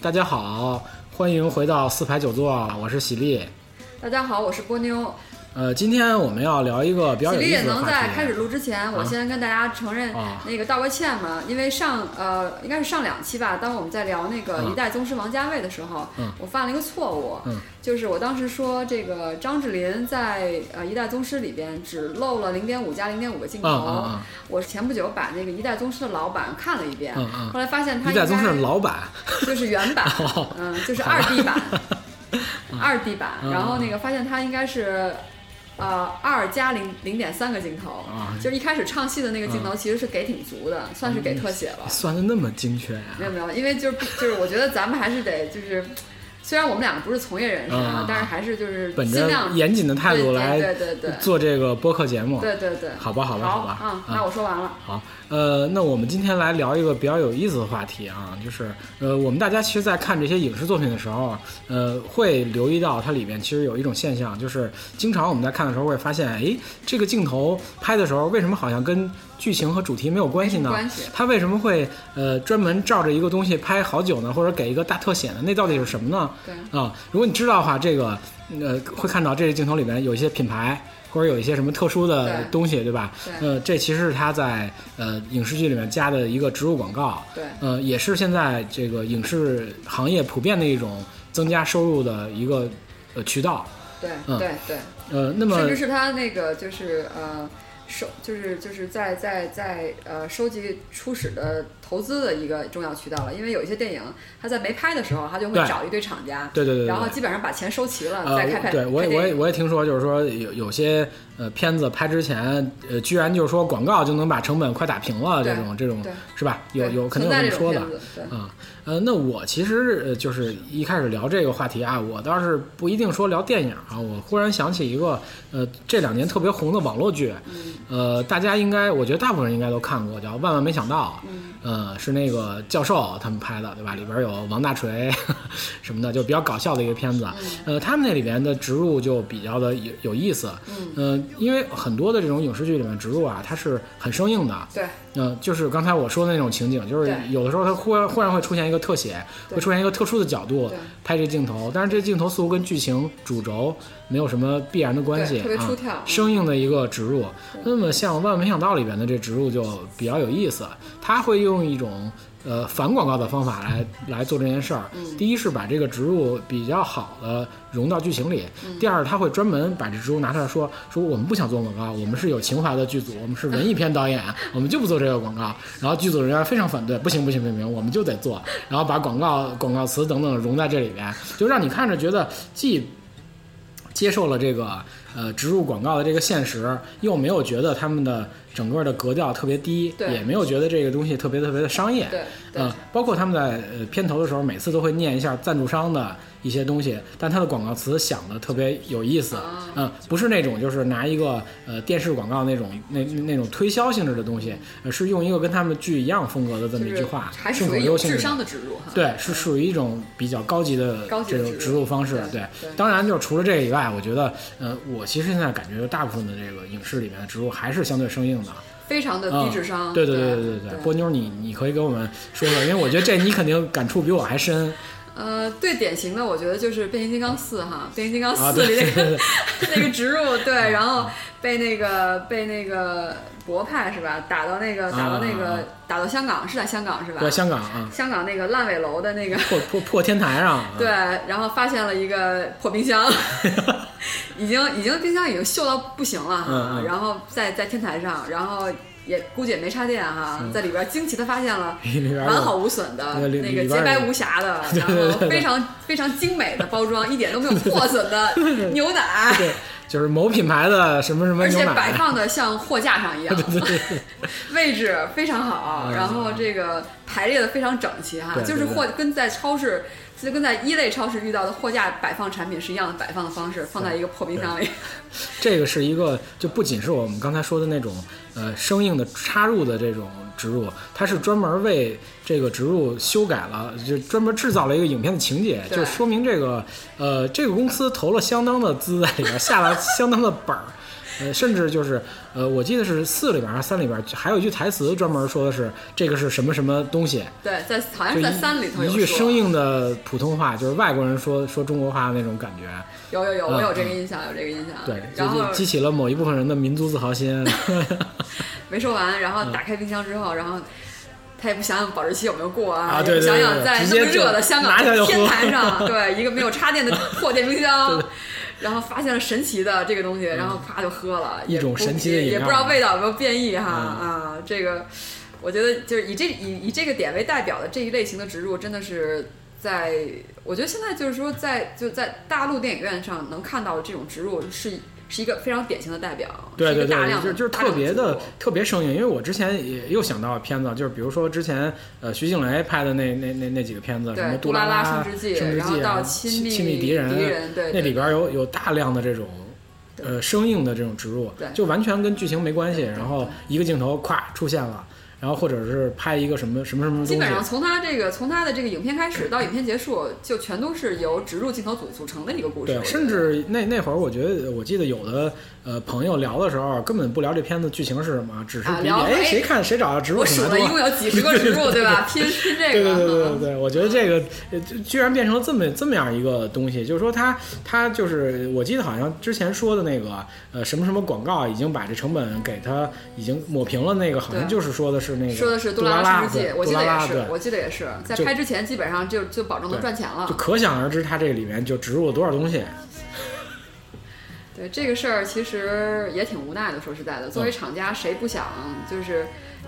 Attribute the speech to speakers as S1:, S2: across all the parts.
S1: 大家好，欢迎回到四排九座，我是喜力。
S2: 大家好，我是波妞。
S1: 呃，今天我们要聊一个比较
S2: 喜
S1: 有
S2: 力
S1: 意
S2: 也
S1: 思的
S2: 能
S1: 话
S2: 在
S1: 题。
S2: 开始录之前，我先跟大家承认
S1: 啊
S2: 那个道个歉嘛，因为上呃应该是上两期吧，当我们在聊那个
S1: 嗯
S2: 一代宗师王家卫的时候，
S1: 嗯
S2: 我犯了一个错误，
S1: 嗯
S2: 就是我当时说这个张智霖在呃一代宗师里边只露了零点五加零点五个镜头，
S1: 嗯嗯
S2: 我前不久把那个一代宗师的老版看了一遍，
S1: 嗯嗯
S2: 后来发现他
S1: 嗯，一
S2: 应
S1: 代
S2: 该
S1: 宗师的老哦板，
S2: 就是原 版， 嗯，就是二 D 版，
S1: 嗯
S2: 二 D 版。然后那个发现它应该是，呃，二加零零点三个镜头
S1: 啊，嗯
S2: 就是一开始唱戏的那个镜头其实是给挺足的，算是给特写 了。
S1: 算的那么精确呀、
S2: 没有没有，因为就是就是我觉得咱们还是得就是，虽然我们两个不是从业人士
S1: 嗯
S2: 啊，但是还是就是
S1: 本
S2: 尽量
S1: 着严谨的态度
S2: 对
S1: 来
S2: 对对对
S1: 做这个播客节目。
S2: 对对对，
S1: 好吧好吧好吧
S2: 啊，
S1: 嗯
S2: 那我说完了，
S1: 好，呃，那我们今天来聊一个比较有意思的话题啊，就是呃，我们大家其实，在看这些影视作品的时候，呃，会留意到它里面其实有一种现象，就是经常我们在看的时候会发现，哎，这个镜头拍的时候，为什么好像跟剧情和主题没有关系
S2: 没
S1: 呢？
S2: 关系
S1: 它为什么会呃专门照着一个东西拍好久呢？或者给一个大特写呢？那到底是什么呢？
S2: 对。
S1: 啊，如果你知道的话，这个呃会看到这个镜头里面有一些品牌或者有一些什么特殊的
S2: 对
S1: 东西，对吧？
S2: 对
S1: 呃，这其实是他在呃影视剧里面加的一个植入广告，
S2: 对
S1: 呃，也是现在这个影视行业普遍的一种增加收入的一个呃渠道。
S2: 对
S1: 嗯
S2: 对对，
S1: 呃，那么
S2: 甚至是他那个就是呃收就是就是在在在呃收集初始的投资的一个重要渠道了，因为有一些电影他在没拍的时候，他就会
S1: 对
S2: 找一堆厂家，
S1: 对对对对，
S2: 然后
S1: 对
S2: 基本上把钱收齐了、
S1: 呃，
S2: 再开拍。
S1: 我对我
S2: 拍
S1: 也
S2: 电
S1: 我
S2: 影
S1: 也我也听说，就是说有有些呃片子拍之前，呃，居然就是说广告就能把成本快打平了，这
S2: 对
S1: 种这种
S2: 对
S1: 是吧？有
S2: 对
S1: 有肯
S2: 存
S1: 定有
S2: 在
S1: 这么说
S2: 这种
S1: 的
S2: 片。子，对
S1: 啊、呃，那我其实呃，就是一开始聊这个话题啊，我倒是不一定说聊电影啊，我忽然想起一个呃，这两年特别红的网络剧，呃，大家应该，我觉得大部分人应该都看过，叫《万万没想到》，呃，是那个教授他们拍的，对吧？里边有王大锤 什么的，就比较搞笑的一个片子。呃，他们那里边的植入就比较的有有意思，嗯、因为很多的这种影视剧里面植入啊，它是很生硬的，
S2: 对
S1: 嗯，就是刚才我说的那种情景，就是
S2: 对
S1: 有的时候它忽然忽然会出现一个特写，
S2: 对
S1: 会出现一个特殊的角度
S2: 对
S1: 拍这镜头，但是这镜头似乎跟剧情主轴没有什么必然的关系，
S2: 对特别出
S1: 啊
S2: 跳，
S1: 生硬的一个植入。那么像《万万没想到》里边的这植入就比较有意思，它会用一种呃反广告的方法来来做这件事儿。
S2: 嗯
S1: 第一是把这个植入比较好的融到剧情里，
S2: 嗯
S1: 第二他会专门把这植入拿出来说说我们不想做广告，我们是有情怀的剧组，我们是文艺片导演，我们就不做这个广告。然后剧组人员非常反对，不行不行不行不行，我们就得做。然后把广告广告词等等融在这里边，就让你看着觉得既接受了这个呃植入广告的这个现实，又没有觉得他们的整个的格调特别低，
S2: 对
S1: 也没有觉得这个东西特别特别的商业。
S2: 对对
S1: 嗯，包括他们在呃片头的时候，每次都会念一下赞助商的一些东西，但他的广告词想的特别有意思，
S2: 啊
S1: 嗯，不是那种就是拿一个呃电视广告那种那那种推销性质的东西，呃是用一个跟他们剧一样风格的这么一句话
S2: 就是，还是
S1: 顺
S2: 属
S1: 口
S2: 于
S1: 溜
S2: 有
S1: 性质
S2: 智
S1: 的
S2: 商的植入哈。
S1: 对，是属于一种比较高级的
S2: 高级
S1: 这
S2: 的
S1: 种
S2: 植
S1: 植
S2: 入
S1: 入方式。
S2: 对对
S1: 当然就是除了这个以外，我觉得，呃，我其实现在感觉大部分的这个影视里面的植入还是相对生硬的。
S2: 非常的呃低智
S1: 嗯
S2: 商。
S1: 对
S2: 对
S1: 对
S2: 对
S1: 对对。波妞，你你可以给我们说说，因为我觉得这你肯定感触比我还 深
S2: 呃，最典型的我觉得就是《变形金刚四》哈，《变形金刚四
S1: 啊。》
S2: 里
S1: 对啊
S2: 那
S1: 对
S2: 个、
S1: 对，
S2: 那个植入，对，然后被那个被那个博派是吧，打到那个打到那
S1: 啊
S2: 个、
S1: 啊
S2: 打到香港是在香港是吧？
S1: 对香港啊，
S2: 香港那个烂尾楼的那个
S1: 破破破天台上啊，
S2: 对，然后发现了一个破 冰箱，已经已经冰箱已经锈到不行了哈，
S1: 嗯嗯
S2: 然后在在天台上，然后也估计也没插电哈，在里边惊奇的发现了
S1: 里边有
S2: 完好无损的
S1: 对里
S2: 那个
S1: 里边
S2: 洁白
S1: 有
S2: 无 瑕的，
S1: 对对
S2: 然
S1: 对
S2: 后非常非常精美的包装，一点都没有破损 的牛奶，
S1: 对，就是某品牌的什么什么
S2: 而
S1: 牛
S2: 且 摆
S1: 奶，
S2: 放的像货架上一样，
S1: 对对对，
S2: 位置非常好，
S1: 嗯
S2: 然后这个排列的非常整齐哈，
S1: 对
S2: 就是
S1: 对
S2: 货跟在超市。就跟在一类超市遇到的货架摆放产品是一样的摆放的方式，放在一个破冰箱里。
S1: 这个是一个，就不仅是我们刚才说的那种呃生硬的插入的这种植入，它是专门为这个植入修改了，就专门制造了一个影片的情节，
S2: 对
S1: 就说明这个呃这个公司投了相当的资在里边，下了相当的本儿。呃，甚至就是呃，我记得是四里边还是三里边，还有一句台词专门说的是这个是什么什么东西，
S2: 对，在好像
S1: 就是一
S2: 哎在三里头有
S1: 一句
S2: 说
S1: 生硬的普通话，就是外国人说说中国话的那种感觉，
S2: 有有有，
S1: 嗯
S2: 我有这个印象，有这个印象。
S1: 对，就
S2: 然后
S1: 就激起了某一部分人的民族自豪心。
S2: 没说完，然后打开冰箱之后，然后他也不想想保质期有没有过啊，
S1: 啊
S2: 也
S1: 对
S2: 不想想
S1: 对对对
S2: 在
S1: 直
S2: 那
S1: 接
S2: 么热的
S1: 就
S2: 香港
S1: 拿下就
S2: 天
S1: 喝
S2: 台上，对一个没有插电的破电冰箱，然后发现了神奇的这个东西，然后啪就喝了，
S1: 嗯一
S2: 也
S1: 种
S2: 不
S1: 神奇的饮
S2: 也
S1: 料嗯
S2: 不知道味道有没有变异哈啊，这个我觉得就是以这以以这个点为代表的这一类型的植入，真的是。在我觉得现在就是说在，就在大陆电影院上能看到的这种植入是是一个非常典型的代表，
S1: 对
S2: 是
S1: 对
S2: 一个大
S1: 对，
S2: 量
S1: 就
S2: 的
S1: 就是
S2: 大
S1: 特
S2: 量
S1: 别
S2: 植入
S1: 的特别生硬，因为我之前也又想到片子，就是比如说之前呃徐静蕾拍的那那那那几个片子，呃什
S2: 对
S1: 么
S2: 杜
S1: 杜
S2: 拉拉
S1: 拉
S2: 升职记
S1: 升职
S2: 然后
S1: 记
S2: 到
S1: 啊，
S2: 亲
S1: 亲
S2: 密
S1: 密敌
S2: 敌人对
S1: 那
S2: 对
S1: 里边有有大量的这种。呃，生硬的这种植入
S2: 对，
S1: 就完全跟剧情没关系。
S2: 对
S1: 然后一个镜头咵出现了，然后或者是拍一个什么什么什么
S2: 基
S1: 东
S2: 本上
S1: 西，
S2: 从他这个从他的这个影片开始到影片结束，就全都是由植入镜头组组成的一个故事。
S1: 对，
S2: 我觉得
S1: 甚至那那会儿，我觉得我记得有的呃朋友聊的时候，根本不聊这片子剧情是什么，只是
S2: 啊
S1: 比比
S2: 聊
S1: 哎
S2: 哎
S1: 谁看谁找到植入
S2: 我
S1: 挺
S2: 数
S1: 多
S2: 了一共有几十个 植入，对吧？拼拼这
S1: 对
S2: 个，
S1: 对对对对
S2: 嗯
S1: 对，我觉得这个呃居居然变成了这么这么样一个东西，就是说它它就是我记得好像之前说的那个呃什么什么广告已经把这成本给它已经抹平了，那个好像
S2: 对
S1: 就是说的是那个
S2: 说的是
S1: 杜
S2: 杜
S1: 拉
S2: 拉拉升职记
S1: 对，
S2: 我记
S1: 杜
S2: 得
S1: 拉拉
S2: 也
S1: 对
S2: 是，，我记得也是在
S1: 就
S2: 拍之前基本上就就保证能
S1: 对
S2: 赚钱
S1: 就
S2: 了。
S1: 可想而知它这里面就植入了多少东西。
S2: 对这个事儿其实也挺无奈的，说实在的，
S1: 嗯
S2: 作为厂家谁不想就是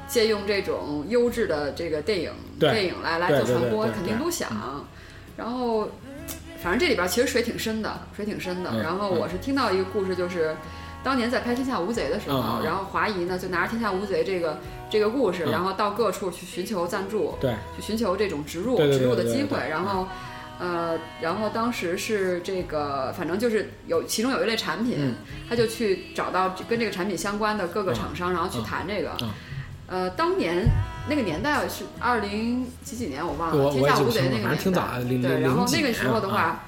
S2: 借用这种优质的这个电影
S1: 对
S2: 电影来来
S1: 对
S2: 做
S1: 对
S2: 传
S1: 对
S2: 播，
S1: 对
S2: 肯定
S1: 对嗯
S2: 都想。然后，反正这里边其实水挺深的，水挺深的。
S1: 嗯
S2: 然后
S1: 嗯
S2: 我是听到一个故事，就是。当年在拍《天下无贼》的时
S1: 嗯
S2: 候，
S1: 嗯嗯
S2: 然后华谊呢就拿着《天下无贼》这个这个故事，
S1: 嗯
S2: 然后到各处去寻求赞助，
S1: 对，
S2: 去寻求这种植入
S1: 对对对
S2: 植入的机
S1: 对
S2: 会
S1: 对，对
S2: 然后。呃，然后当时是这个，反正就是有其中有一类产品，
S1: 嗯
S2: 他就去找到跟这个产品相关的各个厂商，然后去谈这个。
S1: 嗯
S2: 呃，当年那个年代是二零几几年我忘了，
S1: 我
S2: 天
S1: 我也
S2: 下
S1: 记
S2: 无
S1: 不
S2: 贼
S1: 清了
S2: 那个
S1: 反正挺
S2: 年
S1: 早
S2: 代。
S1: 的零
S2: 对，
S1: 零
S2: 然后
S1: 零
S2: 那
S1: 几
S2: 个时候
S1: 嗯
S2: 的话，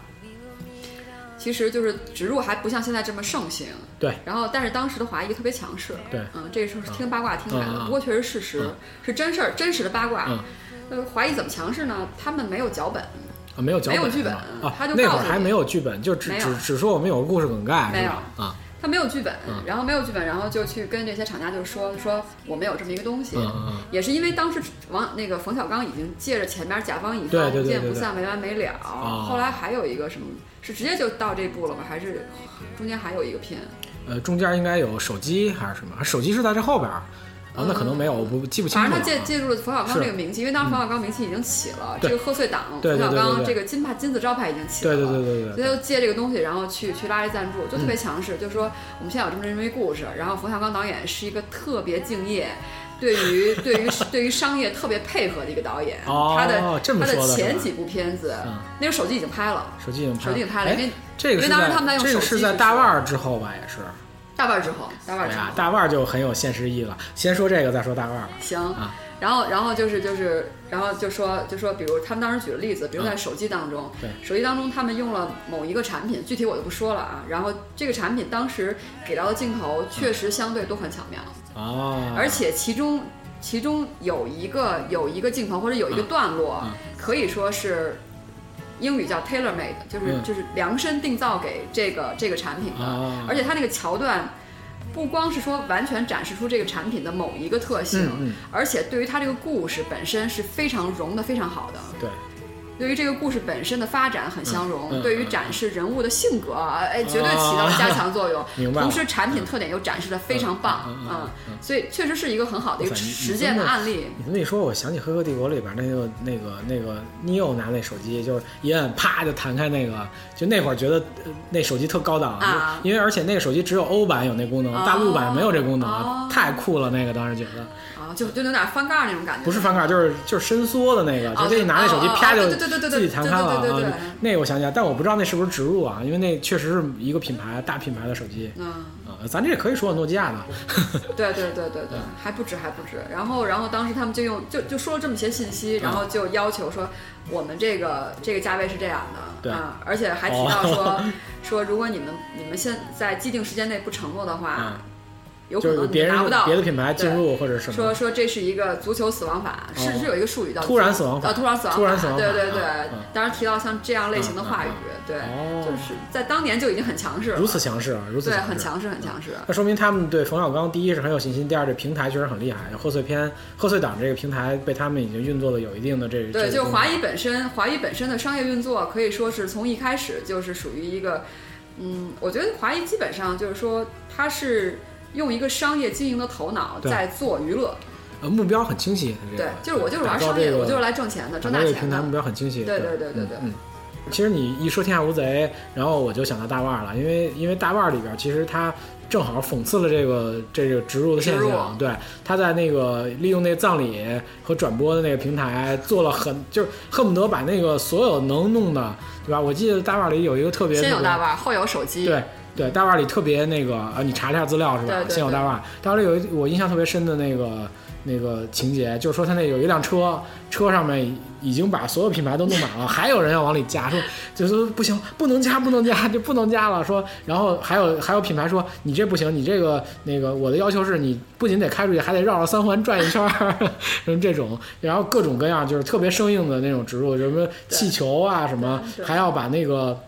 S2: 其实就是植入还不像现在这么盛行。
S1: 对。
S2: 然后，但是当时的华谊特别强势。
S1: 对
S2: 嗯，这个是听八卦听来
S1: 嗯嗯
S2: 的，
S1: 嗯
S2: 不过确实事实
S1: 嗯
S2: 是真事儿，真实的八卦。
S1: 嗯
S2: 呃，华谊怎么强势呢？他们没有脚本，
S1: 啊，没有脚
S2: 没有
S1: 本
S2: 剧
S1: 是
S2: 本嗯
S1: 吧啊，
S2: 他就
S1: 那
S2: 告
S1: 会儿
S2: 诉
S1: 还
S2: 你
S1: 没有剧本，就只
S2: 没有
S1: 只只说我们有个故事梗概，
S2: 没
S1: 是
S2: 有
S1: 吧？啊，
S2: 他没有剧本，
S1: 嗯
S2: 然后没有剧本，然后就去跟这些厂家就说说我们有这么一个东西。
S1: 嗯嗯嗯，
S2: 也是因为当时王那个冯小刚已经借着前面甲方乙
S1: 对
S2: 方
S1: 对对
S2: 不见
S1: 对
S2: 不
S1: 对
S2: 散没完没了，
S1: 哦
S2: 后来还有一个什么是直接就到这步了吗？还是中间还有一个片？
S1: 呃，中间应该有手机还是什么？啊手机是在这后边儿，啊，那可能没有，我不记不清
S2: 反
S1: 楚了
S2: 正
S1: 啊。
S2: 他借借助了冯小刚
S1: 是嗯
S2: 这个名气，因为当时冯小刚名气已经起了，这
S1: 对
S2: 个贺岁档
S1: 对对
S2: 冯小
S1: 对对
S2: 刚
S1: 对
S2: 这个金牌金字招牌已经起来
S1: 对
S2: 了，
S1: 对嗯对对对
S2: 所以
S1: 对，
S2: 他就借这个东西，然后去去拉这赞助，就特别强势，就说我们现在有这么这么一故事。然后冯小刚导演是一个特别敬业，对 于对于对于商业特别配合的一个导演。
S1: 哦
S2: 他的
S1: 这么
S2: 他
S1: 说的
S2: 的
S1: 是吧
S2: 前几部片子
S1: 嗯，
S2: 那时候手机已经拍了，
S1: 手机已经拍
S2: 手机已经拍了，因
S1: 哎
S2: 为
S1: 这个是
S2: 因为当时
S1: 在
S2: 他们在用
S1: 这个
S2: 手机
S1: 是在
S2: 去
S1: 大
S2: 说
S1: 腕儿之后吧，也是。
S2: 大腕儿之后，大腕儿
S1: 哎
S2: 之
S1: 呀
S2: 后，
S1: 大腕儿就很有现实意义了。先说这个，再说大腕儿。
S2: 行
S1: 啊。
S2: 然后，然后就是就是，然后就说就说，比如他们当时举的例子，比如在手机当中，
S1: 嗯对
S2: 手机当中他们用了某一个产品，具体我就不说了啊。然后这个产品当时给到的镜头
S1: 嗯
S2: 确实相对都很巧妙，
S1: 哦，
S2: 而且其中其中有一个有一个镜头或者有一个段落，
S1: 嗯
S2: 可以说是英语叫 tailor made，就是、
S1: 嗯
S2: 就是量身定造给这个这个产品的，
S1: 啊
S2: 而且它那个桥段。不光是说完全展示出这个产品的某一个特性，
S1: 嗯嗯，
S2: 而且对于它这个故事本身是非常融的非常好的，
S1: 对，
S2: 对于这个故事本身的发展很相融，
S1: 嗯嗯
S2: 对于展示人物的性格啊，哎，绝对起到了加强作用。
S1: 明白了
S2: 同时，产品特点又展示的非常棒，
S1: 嗯嗯嗯嗯
S2: 所以确实是一个很好的一个
S1: 哇塞你
S2: 实践的案例。
S1: 你这么一说，我想起《黑客帝国》里边那个那个那个 Neo 拿那手机，就是一摁，啪就弹开那个，就那会儿觉得呃那手机特高档
S2: 啊
S1: 因为而且那个手机只有欧版有那功能，
S2: 哦
S1: 大陆版没有这功能，
S2: 哦
S1: 太酷了。那个当时觉得
S2: 啊，就就有点翻盖儿那种感觉。
S1: 不是翻盖，就是就是伸缩的那个，
S2: 哦
S1: 直接一拿那手机
S2: 哦哦
S1: 啪就
S2: 对对对对对
S1: 自己弹开了
S2: 对对对对对
S1: 啊。那个我想起来，但我不知道那是不是植入啊，因为那确实是一个品牌大品牌的手机
S2: 嗯，
S1: 啊，呃咱这可以说诺基亚的，
S2: 对对对对对，
S1: 嗯
S2: 还不止还不止。然后然后当时他们就用就就说了这么些信息，
S1: 嗯
S2: 然后就要求说我们这个这个价位是这样的，
S1: 对哦
S2: 啊，而且还提到说、 说如果你们你们现在既定时间内不承诺的话，
S1: 嗯
S2: 啊有可
S1: 就是
S2: 能
S1: 别
S2: 你
S1: 人
S2: 拿不到
S1: 别。的品牌进入或者什么
S2: 说，说这是一个足球死亡法，是
S1: 哦
S2: 是有一个术语叫
S1: 突然死亡法
S2: 啊，突然死亡
S1: 突然死亡法
S2: 对对对
S1: 嗯嗯。
S2: 当然提到像这样类型的话语
S1: 嗯，
S2: 对，
S1: 哦
S2: 就是在当年就已经很强势了，
S1: 如此强势，啊如此
S2: 对，
S1: 强势
S2: 很强势，很强势。
S1: 那说明他们对冯小刚第一是很有信心，第二这平台确实很厉害。贺岁片、贺岁档这个平台被他们已经运作的有一定的这
S2: 对，就华
S1: 裔
S2: 谊本身，华谊本身的商业运作可以说是从一开始就是属于一个，嗯，我觉得华谊基本上就是说，它是用一个商业经营的头脑
S1: 对
S2: 在做娱乐，
S1: 呃目标很清晰。这
S2: 对
S1: 个
S2: 就是我就是玩
S1: 打造
S2: 商业，
S1: 这个
S2: 我就是来挣钱的，
S1: 整
S2: 挣
S1: 个
S2: 大
S1: 这个
S2: 钱
S1: 平台目
S2: 的。
S1: 标很清晰。
S2: 对
S1: 对
S2: 对对对对
S1: 嗯。嗯其实你一说《天下无贼》，然后我就想到大腕儿了，因为因为大腕儿里边儿其实他正好讽刺了这个这个植入的现
S2: 植入
S1: 象。对，他在那个利用那葬礼和转播的那个平台做了很，就是恨不得把那个所有能弄的，对吧？我记得大腕儿里有一个特别
S2: 先
S1: 那
S2: 有
S1: 个
S2: 大腕儿，后有手机。
S1: 对对，大腕儿里特别那个啊，你查一下资料是吧
S2: 对？对
S1: 先有大腕儿，大腕儿里有一我印象特别深的那个那个情节，就是说他那有一辆车，车上面已已经把所有品牌都弄满了，还有人要往里加，说就是说不行，不能加，不能加，就不能加了。说，然后还有还有品牌说你这不行，你这个那个我的要求是你不仅得开出去，还得绕着三环转一圈儿， 什么这种，然后各种各样就是特别生硬的那种植入，什么气球啊什么，
S2: 对对
S1: 还要把那个。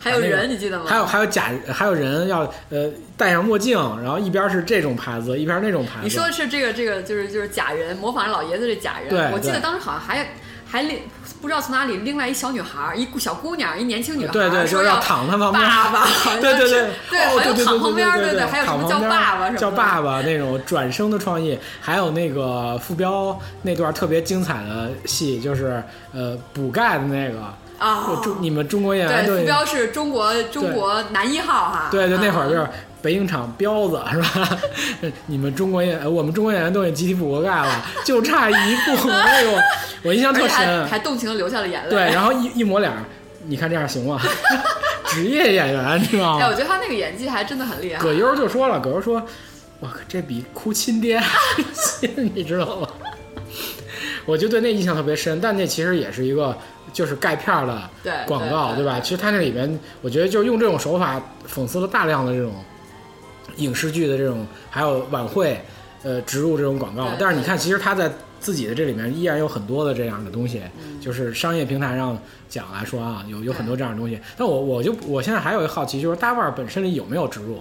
S2: 还有
S1: 那个
S2: 人，你记得吗？
S1: 还有还有假，还有人要呃戴上墨镜，然后一边是这种牌子，一边是那种牌子。
S2: 你说的是这个这个就是就是假人，模仿老爷子这假人。
S1: 对
S2: 我记
S1: 对
S2: 得当时好像还还另不知道从哪里拎来一小女孩儿，一小姑娘，一年轻女孩儿，
S1: 对对，就
S2: 说
S1: 是要
S2: 要
S1: 躺他旁边。
S2: 爸爸，好像
S1: 对对对
S2: 是，对，
S1: 哦
S2: 好
S1: 对
S2: 像
S1: 对
S2: 躺
S1: 对
S2: 旁
S1: 对
S2: 边儿，对
S1: 对，
S2: 还有什
S1: 躺
S2: 么
S1: 旁
S2: 叫
S1: 边
S2: 爸爸什么的，
S1: 叫爸爸那种转生的创意，还有那个副标那段特别精彩的戏，就是呃补钙的那个，
S2: 啊，
S1: 中你们中国演员
S2: 对，
S1: 队
S2: 副标是中国中国男一号哈，
S1: 对，就那会儿就
S2: 啊
S1: 是北影厂彪子是吧？ 你们中国演，呃我们中国演员都已经集体补过钙了，就差一 步。哎呦，我印象
S2: 而
S1: 特
S2: 且
S1: 深啊
S2: 还，还动情的流下了眼泪。
S1: 对，然后一一抹脸儿，你看这样行吗？ 职业演员，你知道
S2: 哎，
S1: 吗
S2: 我？觉得他那个演技还真的很厉害
S1: 葛。优就说了，葛优说：“我靠，这比哭亲爹 还亲，你知道吗？”我就对那印象特别深，但那其实也是一个就是钙片儿的
S2: 对对
S1: 广告，
S2: 对
S1: 吧？其实它那里面，我觉得就是用这种手法讽刺了大量的这种影视剧的这种，还有晚会，呃，植入这种广告
S2: 对。
S1: 但是你看，其实它在自己的这里面依然有很多的这样的东西，就是商业平台上讲来说啊，有有很多这样的东西。但我我就我现在还有一个好奇，就是大腕儿本身里有没有植入？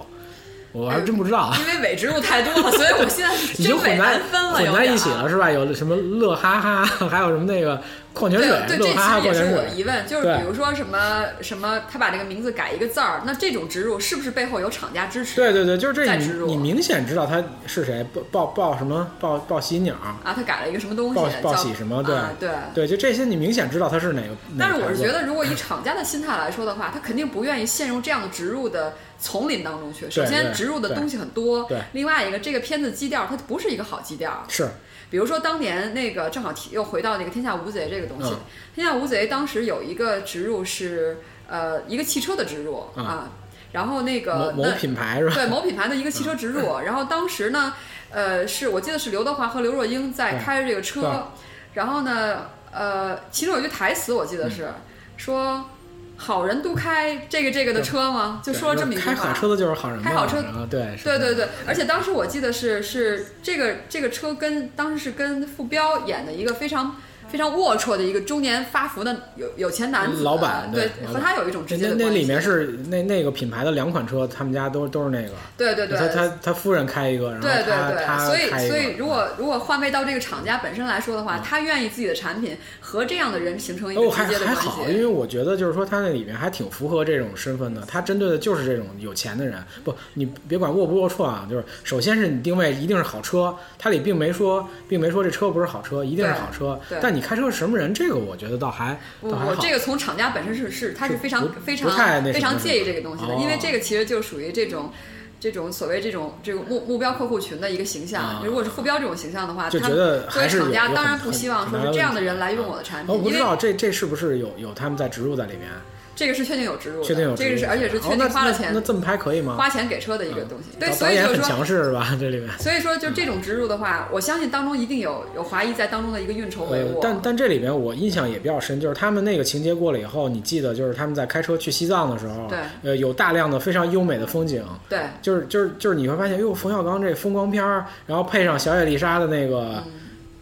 S1: 我还真不知 道。
S2: 因为伪植入太多了，所以我现在是
S1: 已经
S2: 真伪
S1: 混在
S2: 难分了，
S1: 混在
S2: 有
S1: 一
S2: 点啊
S1: 起
S2: 儿
S1: 了是吧？有什么乐哈 哈，还有什么那个矿泉水
S2: 对，对，这
S1: 乐哈哈矿
S2: 其实也
S1: 泉
S2: 是我
S1: 水
S2: 的，疑问，就是
S1: 对
S2: 比如说什么什么，他把这个名字改一个字儿，那这种植入是不是背后有厂家支持？
S1: 对对对，就是
S2: 再
S1: 这
S2: 植入
S1: 你你明显知道他是谁，报报报什么报报喜鸟，
S2: 啊，他改了一个什么东
S1: 报
S2: 西？
S1: 报
S2: 叫
S1: 喜什么对
S2: 啊对。
S1: 对，就这些你明显知道他是哪个。
S2: 但是
S1: 哪个
S2: 我
S1: 牌
S2: 是
S1: 子
S2: 觉，得，如果以厂家的心态来说的话，他肯定不愿意陷入这样的植入的丛林当中去。首先，
S1: 对
S2: 植入的
S1: 对
S2: 东西很多，
S1: 对
S2: 另外一个，这个片子基调它不是一个好基调。
S1: 是
S2: 比如说当年那个，正好提又回到那个《天下无贼》这个东西，
S1: 嗯
S2: 天下无贼》当时有一个植入是呃一个汽车的植入、
S1: 嗯
S2: 啊，然后那
S1: 某
S2: 个
S1: 某
S2: 呃那
S1: 品牌是吧？
S2: 对某品牌的一个汽车植
S1: 嗯
S2: 入。然后当时呢，呃，是我记得是刘德华和刘若英在
S1: 对
S2: 开着这个
S1: 对
S2: 车，然后呢，呃，其中有一句台词我记得是、
S1: 嗯
S2: 说。好人都开这个这个的车吗？就
S1: 对
S2: 说了这么一句话。
S1: 开好车的就是好人嘛，
S2: 开好车
S1: 然后对是
S2: 对对对，而且当时我记得是是这个这个车跟当时是跟傅彪演的一个非常非常龌龊的一个中年发福的有有钱男子的
S1: 老板
S2: 对
S1: 对老板
S2: 和他有一种直接
S1: 那
S2: 的
S1: 那
S2: 关系。
S1: 里面是那那个品牌的两款车，他们家都都是那个，
S2: 对对对，
S1: 他他他夫人开一个，然后
S2: 对
S1: 他
S2: 对对，
S1: 他
S2: 所以
S1: 开一个嗯
S2: 所以如果如果换位到这个厂家本身来说的话，他愿意自己的产品和这样的人形成一个
S1: 哦，还
S2: 直接的
S1: 还
S2: 关
S1: 好，因
S2: 系。
S1: 为我觉得就是说，他那里面还挺符合这种身份的。他针对的就是这种有钱的人。不，你别管龌不龌龊啊，就是首先是你定位一定是好车，它里并没说，并没说这车不是好车，一定是好车
S2: 对对。
S1: 但你开车是什么人，这个我觉得倒还
S2: 我
S1: 倒还
S2: 我
S1: 好
S2: 这。个从厂家本身是是，他是
S1: 是
S2: 非常
S1: 不
S2: 非
S1: 不太
S2: 常
S1: 那
S2: 非
S1: 什么
S2: 常
S1: 是吧
S2: 介意这个东西的，
S1: 哦
S2: 因为这个其实就属于这种。这种所谓这种这种目目标客户群的一个形象
S1: 啊，
S2: 如果是副标这种形象的话，
S1: 就
S2: 他
S1: 觉得
S2: 作为
S1: 还是
S2: 厂家
S1: 有有
S2: 当然
S1: 很
S2: 不希望
S1: 很
S2: 说
S1: 大
S2: 是
S1: 的
S2: 这样
S1: 问
S2: 的
S1: 题
S2: 人来用我的产
S1: 哦，
S2: 品，
S1: 我不
S2: 因
S1: 知
S2: 为
S1: 道这这是不是有有他们在植入在里面？
S2: 这个是确定有植入的，
S1: 确定有植入
S2: 这个是而且是确定花了
S1: 哦那
S2: 钱、
S1: 那那这么拍可以吗？
S2: 花钱给车的一个东西。对，
S1: 导
S2: 所以
S1: 导演
S2: 就是
S1: 很
S2: 说，
S1: 强势是吧？这里面。
S2: 所以说，就这种植入的话，我相信当中一定有有华谊在当中的一个运筹帷
S1: 嗯呃
S2: 幄。，啊
S1: 但但这里边我印象也比较深，就是他们那个情节过了以后，你记得就是他们在开车去西藏的时候，
S2: 对，
S1: 呃，有大量的非常优美的风景，
S2: 对，
S1: 就是就是就是你会发现，哟，冯小刚这风光片儿，然后配上小野丽莎的那个，
S2: 嗯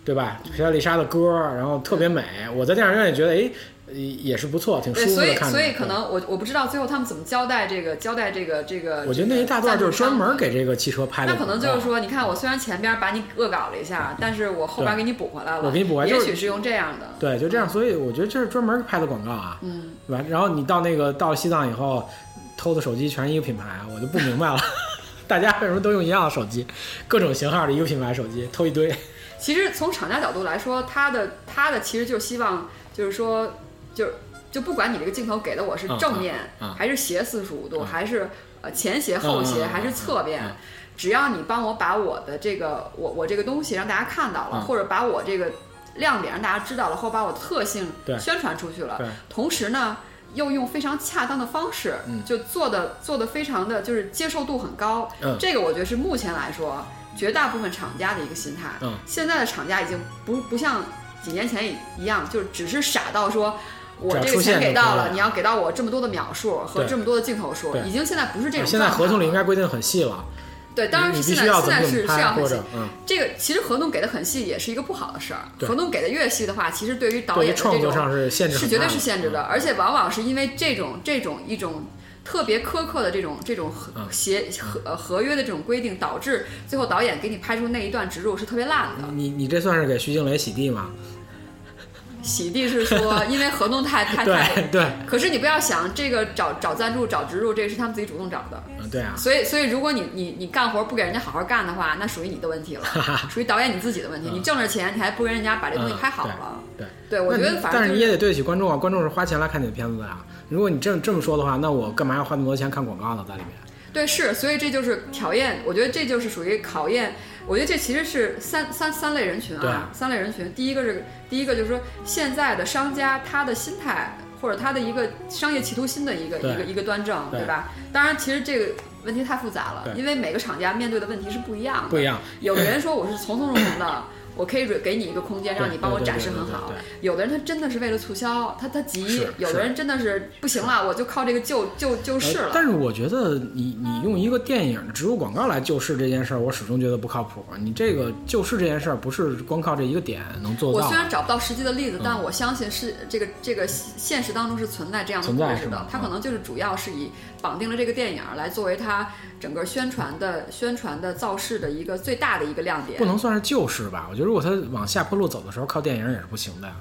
S1: 对吧？小野丽莎的歌儿，然后特别美。我在电影院也觉得，哎，也也是不错，挺舒
S2: 对，
S1: 服
S2: 所
S1: 的
S2: 以
S1: 看着。
S2: 所以可能我我不知道最后他们怎么交代这个交代这个这个。
S1: 我觉得那一大段就是专门
S2: 给。
S1: 给这个汽车拍的啊
S2: 那
S1: 广
S2: 可
S1: 告，
S2: 能就是说，你看我虽然前边把你恶搞了一下，但是我后边给你补回来了，
S1: 我给你补完就
S2: 也
S1: 是
S2: 许是用这样的。
S1: 对，就这样。所以我觉得这是专门拍的广告啊，
S2: 嗯，
S1: 对吧？然后你到那个到了西藏以后，偷的手机全是一个品牌，我就不明白了。 大家为什么都用一样的手机，各种型号的一个品牌手机偷一堆？
S2: 其实从厂家角度来说，他的他的其实就希望，就是说，就就不管你这个镜头给的我是正面、
S1: 嗯嗯嗯
S2: 还是斜四十五度，
S1: 嗯
S2: 还是呃前斜后
S1: 嗯
S2: 斜、
S1: 嗯嗯
S2: 还是侧面。
S1: 嗯
S2: 只要你帮我把我的这个我我这个东西让大家看到
S1: 嗯
S2: 了，或者把我这个亮点让大家知道了，或者把我特性
S1: 对
S2: 宣传出去了，
S1: 对，
S2: 同时呢，又用非常恰当的方式，
S1: 嗯
S2: 就做的做的非常的就是接受度很高。
S1: 嗯
S2: 这个我觉得是目前来说绝大部分厂家的一个心态。
S1: 嗯
S2: 现在的厂家已经不不像几年前一样，就是只是傻到说。我
S1: 只要
S2: 这个
S1: 出现
S2: 钱
S1: 就
S2: 给到
S1: 可以
S2: 了，
S1: 了
S2: 你要给到我这么多的秒数和
S1: 对
S2: 这么多的镜头数
S1: 对，
S2: 已经现在不是这种状态了。
S1: 现在合同里应该规定得很细了，
S2: 对，当然
S1: 你你
S2: 是
S1: 必
S2: 现
S1: 须
S2: 在
S1: 要
S2: 现
S1: 怎么
S2: 在
S1: 怎么
S2: 是是
S1: 拍，
S2: 要
S1: 或
S2: 很细
S1: 者。嗯，
S2: 这个其实合同给的很细也是一个不好的事儿。
S1: 对
S2: 合同给的越细的话，其实对于导
S1: 对于
S2: 演的
S1: 创
S2: 这
S1: 作
S2: 种
S1: 上是限制
S2: 是
S1: 很
S2: 绝对
S1: 大
S2: 是限制的，
S1: 嗯
S2: 而且往往是因为这种这种一种特别苛刻的这种这种合
S1: 嗯
S2: 协合呃合约的这种规定，导致最后导演给你拍出那一段植入是特别烂的。
S1: 你你这算是给徐静蕾洗地吗？
S2: 洗地是说， 因为合同太太太，
S1: 对对，
S2: 可是你不要想这个找找赞助找植入，这个是他们自己主动找的。
S1: 嗯对啊，
S2: 所以，所以如果你你你干活不给人家好好干的话，那属于你的问题了， 属于导演你自己的问题。你挣着钱，你还不跟人家把这东西
S1: 嗯
S2: 拍好
S1: 对
S2: 了？
S1: 对。
S2: 对，我
S1: 那
S2: 觉
S1: 你
S2: 得反
S1: 但
S2: 正
S1: 是
S2: 就
S1: 你也得对得起观众啊，观众是花钱来看你的片子的呀。如果你这么这么说的话，那我干嘛要花那么多钱看广告呢？在里面，
S2: 对，是，所以这就是考验，我觉得这就是属于考验。我觉得这其实是三三三类人群
S1: 对
S2: 啊，三类人群。第一个是第一个就是说现在的商家他的心态或者他的一个商业企图心的一个
S1: 对
S2: 一个一个端正，
S1: 对
S2: 对吧？当然，其实这个问题太复杂了
S1: 对，
S2: 因为每个厂家面对的问题是不一样
S1: 不
S2: 的。
S1: 一样，
S2: 有的人说我是从从容容的，我可以给你一个空间，让你帮我展示很好
S1: 对对对对对。
S2: 有的人他真的是为了促销，他他急
S1: 是；
S2: 有
S1: 是
S2: 的人真的是不行了，我就靠这个救救救
S1: 呃
S2: 市了。
S1: 但是我觉得你你用一个电影植入广告来救市这件事儿，我始终觉得不靠谱。你这个救市这件事儿，不是光靠这一个点能做
S2: 嗯我
S1: 到嗯
S2: 虽然
S1: 的。
S2: 找不到实际的例子，但我相信是这个这个现实当中是存在这样的
S1: 存在
S2: 故
S1: 是
S2: 事
S1: 吗嗯
S2: 的。它可能就是主要是以绑定了这个电影儿来作为它整个宣传的宣传的造势的一个最大的一个亮点
S1: 不。能算是救市吧？我觉得如果它往下坡路走的时候，靠电影也是不行的呀。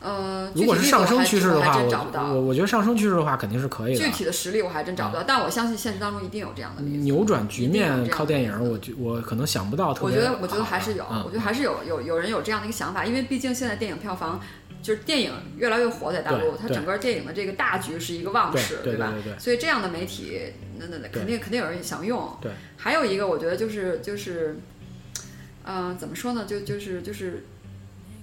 S2: 呃，
S1: 如
S2: 具体
S1: 果
S2: 例
S1: 是
S2: 子
S1: 上
S2: 我
S1: 升
S2: 还
S1: 趋势
S2: 我
S1: 的
S2: 还
S1: 话，
S2: 真找不
S1: 我我
S2: 到。
S1: 我觉得上升趋势的话肯定是可以的。
S2: 具体的实例我还真找不到，但我相信现实当中一定有这样的例子。
S1: 嗯扭转局
S2: 一定有
S1: 面
S2: 这样的
S1: 靠电影，我觉我可能想不到特
S2: 我
S1: 别
S2: 觉
S1: 好的。
S2: 得，我觉得还是有，
S1: 嗯
S2: 我觉得还是有有有人有这样的一个想法，因为毕竟现在电影票房就是电影越来越火，在大陆，
S1: 对
S2: 它
S1: 对
S2: 整个电影的这个大局是一个旺势，
S1: 对对
S2: 吧
S1: 对对对
S2: 所以这样的媒体，那那那肯定肯定有人想用。
S1: 对，
S2: 还有一个我觉得就是就是，呃，怎么说呢？就就是就是，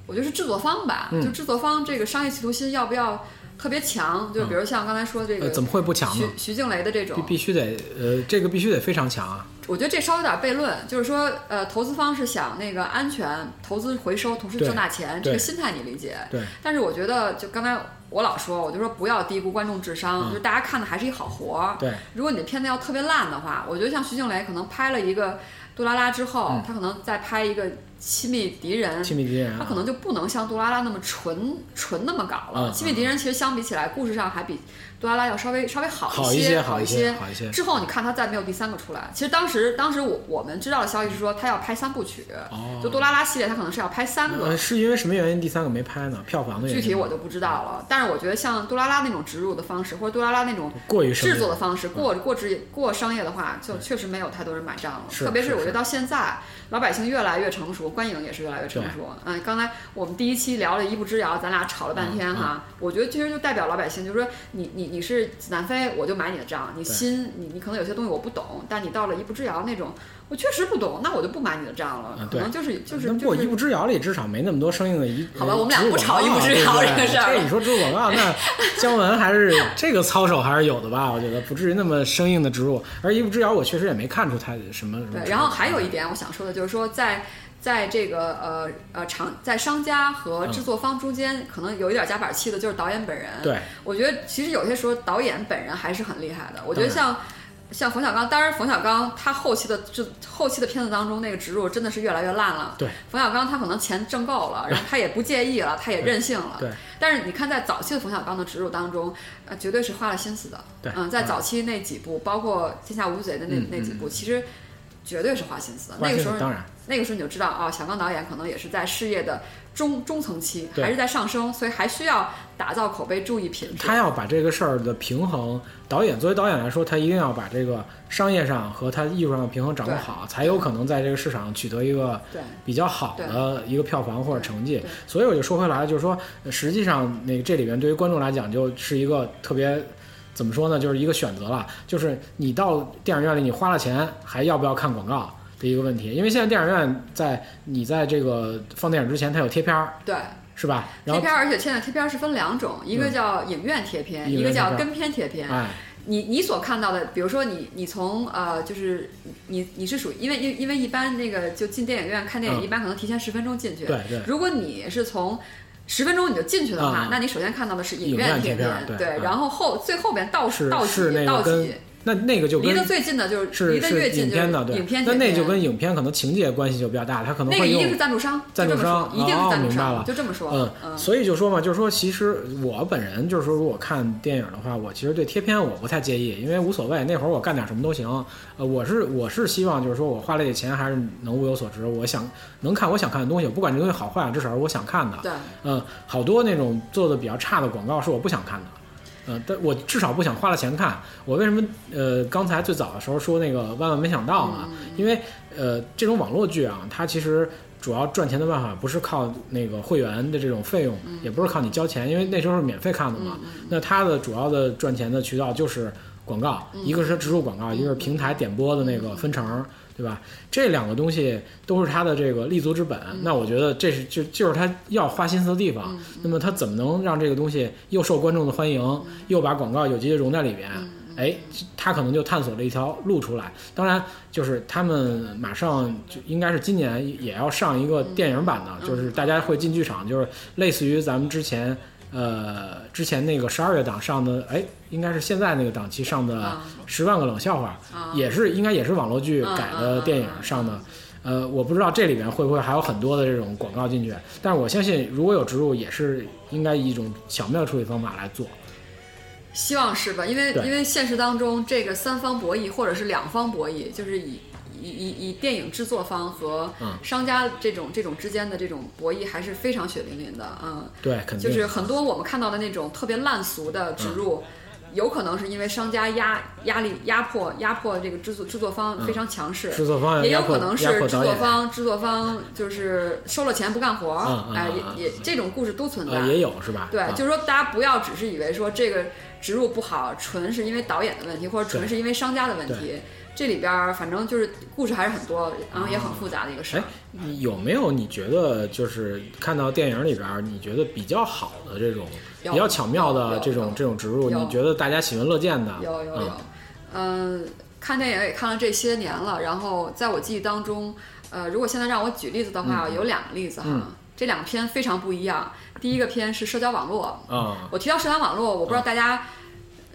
S2: 我觉得是制作方吧，
S1: 嗯
S2: 就制作方这个商业企图心要不要特别强？就比如像刚才说这个
S1: 呃，怎么会不强
S2: 徐
S1: 呢？
S2: 徐静蕾的这种
S1: 必，必须得呃，这个必须得非常强啊！
S2: 我觉得这稍微有点悖论，就是说，呃，投资方是想那个安全投资回收，同时
S1: 对
S2: 挣大钱，
S1: 对
S2: 这个心态你理解。
S1: 对。
S2: 但是我觉得，就刚才我老说，我就说不要低估观众智
S1: 嗯
S2: 商，就是大家看的还是一好活儿。
S1: 对，
S2: 如果你的片子要特别烂的话，我觉得像徐静蕾可能拍了一个《杜拉拉》之后，
S1: 嗯
S2: 她可能再拍一个《亲密敌人》，
S1: 亲密敌人
S2: 他
S1: 啊
S2: 可，能就不能像杜拉拉那么纯纯那么搞了。
S1: 嗯
S2: 亲密敌人》其实相比起来，故事上还比杜拉拉要稍微稍微好
S1: 好
S2: 一
S1: 一些
S2: 好
S1: 好一些好一些
S2: 之后你看他再没有第三个出来。其实当时当时我我们知道的消息是说他要拍三部曲，
S1: 哦
S2: 就杜拉拉系列他可能是要拍三个
S1: 呃，。是因为什么原因第三个没拍呢？票房的原
S2: 具
S1: 因？
S2: 体我就不知道了，但是我觉得像杜拉拉那种植入的方式，或者杜拉拉那种
S1: 过于生嗯
S2: 制
S1: 硬
S2: 作的方式过过职过商业的话，就确实没有太多人买账了。
S1: 嗯是
S2: 特别
S1: 是
S2: 是我觉得
S1: 是
S2: 到现在，老百姓越来越成熟，观影也是越来越成熟。嗯，刚才我们第一期聊了《一步之遥》，咱俩吵了半天
S1: 嗯
S2: 哈。我觉得其实就代表老百姓，就是说你你你是南非，我就买你的账。你新你你可能有些东西我不懂，但你到了《一步之遥》那种，我确实不懂，那我就不买你的账了。可能就是就是
S1: 啊那
S2: 就
S1: 不，一
S2: 是
S1: 步之遥里至少没那么多生硬的一。呃
S2: 好吧我们俩
S1: 植入
S2: 不吵
S1: 广告
S2: 一步之遥
S1: 啊对不对
S2: 这个事儿
S1: 这你说植入广告，那姜文还是这个操守还是有的吧？我觉得不至于那么生硬的植入。而一步之遥，我确实也没看出他什么什么。
S2: 对，然后还有一点我想说的就是说在。在这个呃呃厂，在商家
S1: 嗯
S2: 和制作方中间，可能有一点夹板气的，就是导演本人。
S1: 对，
S2: 我觉得其实有些时候导演本人还是很厉害的。我觉得
S1: 当
S2: 像像冯小刚，当然冯小刚他后期的这后期的片子当中那个植入真的是越来越烂了。
S1: 对，
S2: 冯小刚他可能钱挣够了，然后他也不介意了，他也任性了。
S1: 对，
S2: 但是你看在早期的冯小刚的植入当中，呃，绝对是花了心思的。
S1: 对
S2: 嗯，在早期那几部，包括《天下无贼》的那、
S1: 嗯
S2: 那几部，其实绝对是花心思的。
S1: 花嗯
S2: 那
S1: 心
S2: 个
S1: 思
S2: 时候
S1: 当然。
S2: 那个时候你就知道啊、小刚导演可能也是在事业的中中层期，
S1: 对
S2: 还是在上升，所以还需要打造口碑，注意品质。
S1: 他要把这个事儿的平衡，导演作为导演来说，他一定要把这个商业上和他艺术上的平衡掌握好，才有可能在这个市场取得一个
S2: 对
S1: 比较好的一个票房或者成绩
S2: 对。
S1: 所以我就说回来，就是说，呃实际上那个这里边对于观众来讲，就是一个特别。怎么说呢？就是一个选择了，就是你到电影院里，你花了钱，还要不要看广告的一个问题。因为现在电影院在你在这个放电影之前，它有贴片儿，
S2: 对
S1: 是吧？然后嗯
S2: 贴片儿，而且现在贴片儿是分两种，一个叫影院贴片，
S1: 影
S2: 一
S1: 院
S2: 个
S1: 贴片
S2: 叫跟片贴片。
S1: 哎，
S2: 你你所看到的，比如说你你从呃，就是你你是属于，因为因因为一般那个就进电影院看电影，
S1: 嗯
S2: 一般可能提前十分钟进去。
S1: 对对
S2: 如果你是从十分钟你就进去的话，
S1: 嗯嗯
S2: 那你首先看到的是
S1: 影
S2: 院
S1: 院贴
S2: 贴
S1: 片儿对嗯
S2: 然后后最后边倒数
S1: 是
S2: 倒
S1: 是
S2: 几
S1: 那
S2: 倒
S1: 个
S2: 几
S1: 跟，那那个就跟
S2: 离得最近的就是离得
S1: 是
S2: 越近
S1: 影
S2: 就是
S1: 片的，对，
S2: 影片
S1: 那
S2: 贴片。
S1: 那就跟影片可能情节关系就比较大，它可能
S2: 那个
S1: 会
S2: 一
S1: 用
S2: 定是赞助商，
S1: 赞助
S2: 就这么
S1: 商
S2: 说一定是赞助
S1: 哦明白了
S2: 商，就这么说。
S1: 嗯，所以就说嘛，就是说，其实我本人就是说，如果看电影的话，我其实对贴片我不太介意，因为无所谓，那会儿我干点什么都行。呃，我是我是希望就是说我花了这钱还是能物有所值，我想能看我想看的东西，不管这东西好坏，至少是我想看的。
S2: 对。
S1: 嗯，好多那种做的比较差的广告是我不想看的，呃，但我至少不想花了钱看。我为什么呃刚才最早的时候说那个万万没想到呢？因为呃这种网络剧啊，它其实主要赚钱的办法不是靠那个会员的这种费用，也不是靠你交钱，因为那时候是免费看
S2: 嗯
S1: 的嘛。那它的主要的赚钱的渠道就是广告，一个是植入广告，一个是平台点播的那个分成。对吧？这两个东西都是他的这个立足之本。那我觉得这是就就是他要花心思的地方。
S2: 嗯
S1: 那么他怎么能让这个东西又受观众的欢迎，又把广告有机的融在里边？哎，他可能就探索了一条路出来。当然，就是他们马上就应该是今年也要上一个电影版的，就是大家会进剧场，就是类似于咱们之前呃之前那个十二月档上的，哎，应该是现在那个档期上的《
S2: 啊
S1: 十万个冷笑话》嗯
S2: 嗯
S1: 也是应该也是网络剧改的电影上的。呃，我不知道这里面会不会还有很多的这种广告进去，但是我相信如果有植入，也是应该以一种巧妙的处理方法来做。
S2: 希望是吧？因为
S1: 对
S2: 因为现实当中，这个三方博弈或者是两方博弈，就是以以以以电影制作方和
S1: 嗯
S2: 商家这种这种之间的这种博弈还是非常血淋淋的，嗯，
S1: 对，肯定嗯
S2: 就是很多我们看到的那种特别烂俗的植入。有可能是因为商家压压力压迫压迫这个制作制作方非常强势，
S1: 制作方
S2: 也
S1: 压
S2: 有
S1: 迫
S2: 可能是
S1: 嗯压迫
S2: 制
S1: 导
S2: 作
S1: 演。
S2: 方制作方就是收了钱不干活儿，
S1: 嗯嗯
S2: 哎、
S1: 嗯嗯
S2: 也也这种故事都存在，
S1: 呃，也有是吧？
S2: 对，
S1: 啊
S2: 就是说大家不要只是以为说这个植入不好，纯是因为导演的问题，或者纯
S1: 对
S2: 是因为商家的问题。这里边儿反正就是故事还是很多，然后也很复杂的一个事儿
S1: 哎。，你有没有你觉得就是看到电影里边儿，你觉得比较好的这种
S2: 有
S1: 比较巧妙的
S2: 有
S1: 这种
S2: 有
S1: 这种植入，
S2: 有
S1: 你觉得大家喜闻乐见的？
S2: 有有有
S1: 嗯，，
S2: 嗯、看电影也看了这些年了，然后在我记忆当中，呃，如果现在让我举例子的话，
S1: 嗯
S2: 有两个例子哈，这两篇非常不一样。第一个篇是社交网络，
S1: 啊，
S2: 我提到社交网络，我不知道大家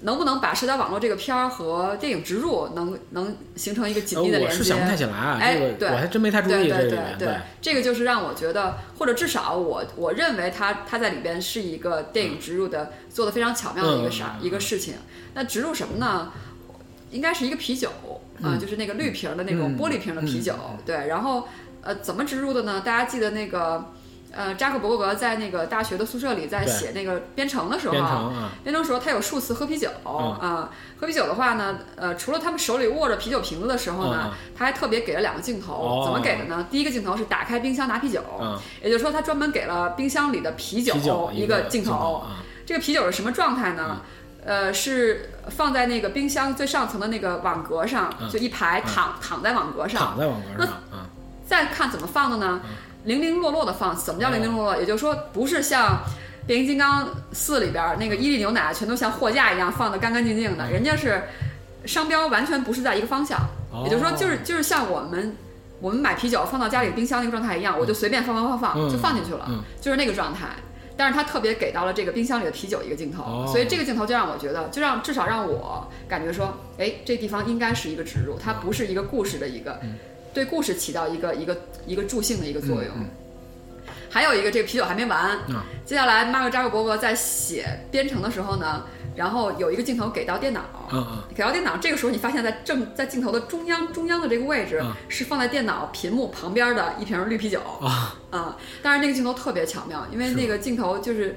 S2: 能不能把社交网络这个片儿和电影植入能能形成一个紧
S1: 呃
S2: 密的
S1: 我
S2: 连
S1: 是
S2: 接
S1: 想不。太起来啊，
S2: 哎
S1: 这
S2: 对
S1: 个我还真没太注
S2: 对
S1: 意这
S2: 对
S1: 里
S2: 对
S1: 面。
S2: 对，这个就是让我觉得，或者至少我我认为它它在里边是一个电影植入的，做的非常巧妙的一个事儿、
S1: 嗯嗯嗯
S2: 一个事情。那植入什么呢？应该是一个啤酒啊、就是那个绿瓶儿的那
S1: 嗯
S2: 种玻璃瓶的啤酒。对，然后呃，怎么植入的呢？大家记得那个呃，扎克伯格在那个大学的宿舍里，在
S1: 对
S2: 写那个编程的时候
S1: 编
S2: 啊，
S1: 程啊，
S2: 那种时候，他有数次喝啤酒
S1: 嗯
S2: 啊、喝啤酒的话呢，呃，除了他们手里握着啤酒瓶子的时候呢，
S1: 嗯
S2: 他还特别给了两个镜头，
S1: 哦
S2: 怎么给的呢？第一个镜头是打开冰箱拿啤酒，
S1: 嗯
S2: 也就是说他专门给了冰箱里的哦啤酒
S1: 啤酒
S2: 一
S1: 个
S2: 镜
S1: 头啊，嗯
S2: 这个啤酒是什么状态呢？呃，是放在那个冰箱最上层的那个网格上，
S1: 嗯
S2: 就一排躺、躺在网格上
S1: 躺，在网格上啊，
S2: 再看怎么放的呢？零零落落的放。什么叫零零落
S1: 嗯
S2: 落？也就是说，不是像《变形金刚四》里边儿那个伊利牛奶全都像货架一样放的干干净净
S1: 嗯
S2: 的，人家是商标完全不是在一个方向。
S1: 哦
S2: 也就是说，就是就是像我们我们买啤酒放到家里冰箱那个状态一样，我就随便放放放放
S1: 嗯
S2: 啊就放进去了
S1: 嗯，
S2: 就是那个状态。但是他特别给到了这个冰箱里的啤酒一个镜头，
S1: 哦
S2: 所以这个镜头就让我觉得，就让至少让我感觉说，哎，这地方应该是一个植入，它不是一个故事的一个对故事起到一个一个一个助兴的一个作用。还有一个，这个啤酒还没完，
S1: 嗯
S2: 接下来马克扎克伯格在写编程的时候呢，然后有一个镜头给到电脑，
S1: 嗯嗯
S2: 给到电脑，这个时候你发现在正在镜头的中央中央的这个位置、
S1: 嗯
S2: 是放在电脑屏幕旁边的一瓶绿啤酒
S1: 啊
S2: 啊、但是那个镜头特别巧妙，因为
S1: 是
S2: 那个镜头就是。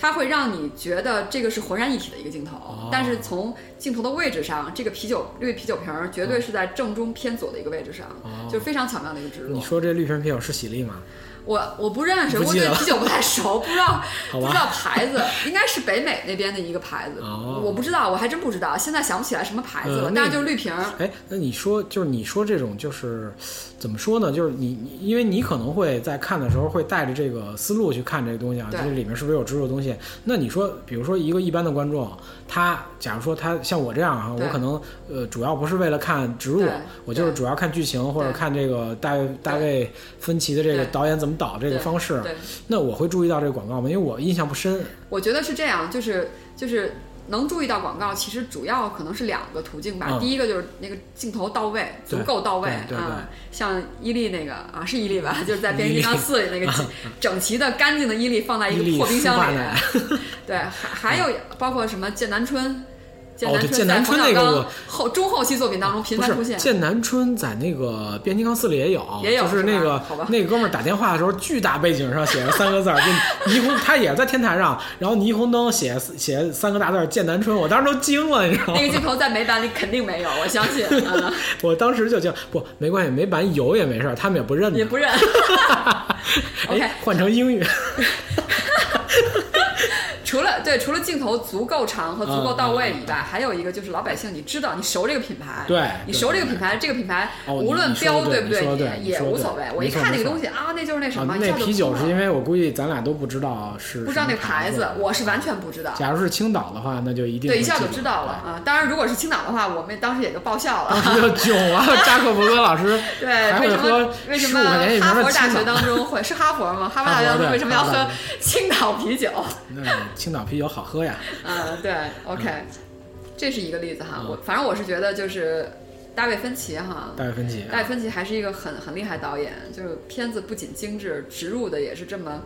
S2: 它会让你觉得这个是浑然一体的一个镜头，
S1: 哦
S2: 但是从镜头的位置上，这个啤酒绿啤酒瓶儿绝对是在正中偏左的一个位置上，
S1: 嗯哦
S2: 就是非常巧妙的一个植入
S1: 你。说这绿瓶啤酒是喜力吗？
S2: 我我不认识，
S1: 不
S2: 我
S1: 记得
S2: 对
S1: 了
S2: 啤酒不太熟，不知道
S1: 好
S2: 不
S1: 吧
S2: 知道牌子，应该是北美那边的一个牌子，
S1: 哦
S2: 我不知道，我还真不知道，现在想不起来什么牌子了，
S1: 嗯那
S2: 但是就是绿瓶儿，
S1: 哎，那你说就是你说这种就是怎么说呢？就是你你因为你可能会在看的时候会带着这个思路去看这个东西啊，
S2: 对
S1: 这里面是不是有植入的东西？那你说，比如说一个一般的观众，他假如说他像我这样啊，
S2: 对
S1: 我可能呃主要不是为了看植入
S2: 对，
S1: 我就是
S2: 对
S1: 主要看剧情或者
S2: 对
S1: 看这个大卫大卫芬奇的这个
S2: 对
S1: 导演怎么导这个方式，啊
S2: 对，
S1: 那我会注意到这个广告吗？因为我印象不深。
S2: 我觉得是这样，就是就是能注意到广告，其实主要可能是两个途径吧。
S1: 嗯
S2: 第一个就是那个镜头到位，足
S1: 对
S2: 够到位
S1: 对对对
S2: 啊，像伊利那个啊，是伊利吧？就是在《变
S1: 伊
S2: 形
S1: 利嗯
S2: 金刚四》里那个整齐的、干净的伊利放在
S1: 伊
S2: 啊一
S1: 利
S2: 个破冰箱
S1: 舒化
S2: 里
S1: 奶，
S2: 对，还还有包括什么剑南春。剑
S1: 嗯哦
S2: 南
S1: 对剑
S2: 春在
S1: 南
S2: 冯
S1: 春
S2: 小
S1: 那个我
S2: 刚后中后期作品当中频
S1: 不
S2: 繁
S1: 是
S2: 出现，
S1: 剑南春在那个《变形金刚四》里也有，
S2: 也有
S1: 就是那
S2: 是
S1: 个
S2: 吧好吧
S1: 那个哥们儿打电话的时候，巨大背景上写着三个字儿，就霓虹，他也是在天台上，然后霓虹灯写写三个大字儿“剑南春”，我当时都惊了，你知道吗
S2: 那？个镜头在美版里肯定没有，我相 信，嗯，
S1: 我当时就惊，不没关系，没版有也没事儿，他们也不认
S2: 也
S1: 的。
S2: 不认。OK，
S1: 哎，换成英语，
S2: 除了对，除了镜头足够长和足够到位以外，还有一个就是老百姓，你知道，你熟这个品牌，
S1: 对
S2: 你
S1: 对
S2: 熟这个
S1: 对
S2: 品牌，这个品牌、
S1: 哦
S2: 无论
S1: 你你说
S2: 标
S1: 得对
S2: 不
S1: 你说得对
S2: 也
S1: 你
S2: 也
S1: 说得
S2: 无
S1: 对
S2: 所谓。我
S1: 没
S2: 一
S1: 错
S2: 看
S1: 没
S2: 那个
S1: 错
S2: 东西啊，那就是那什
S1: 啊
S2: 么，一
S1: 那
S2: 下就
S1: 啤酒
S2: 通
S1: 是
S2: 了
S1: 因为我估计咱俩都不知道是
S2: 不知道那
S1: 什
S2: 个
S1: 么
S2: 牌
S1: 牌
S2: 子，我是完全不知道。
S1: 假如是青岛的话，那就一定
S2: 对，
S1: 会
S2: 一下
S1: 记
S2: 就
S1: 得
S2: 知道了。啊！当然，如果是青岛的话，我们当时也就爆笑 了。
S1: 对就囧了，扎克伯格老师
S2: 对，
S1: 啊还
S2: 为
S1: 会
S2: 什
S1: 喝
S2: 么为什
S1: 十
S2: 么
S1: 五块钱一瓶
S2: 哈
S1: 的
S2: 佛大
S1: 青
S2: 学
S1: 岛
S2: 当中会是哈佛吗？哈佛大学
S1: 哈
S2: 当
S1: 佛
S2: 中
S1: 对
S2: 为什么要
S1: 哈佛大
S2: 喝青岛啤酒？
S1: 那青岛啤酒好喝呀。
S2: 嗯，对，OK，这是一个例子
S1: 嗯
S2: 哈。我反正我是觉得就是大卫芬奇哈，
S1: 大卫芬奇，
S2: 大卫芬奇还是一个很很厉害的导演，就是片子不仅精致，植入的也是这么。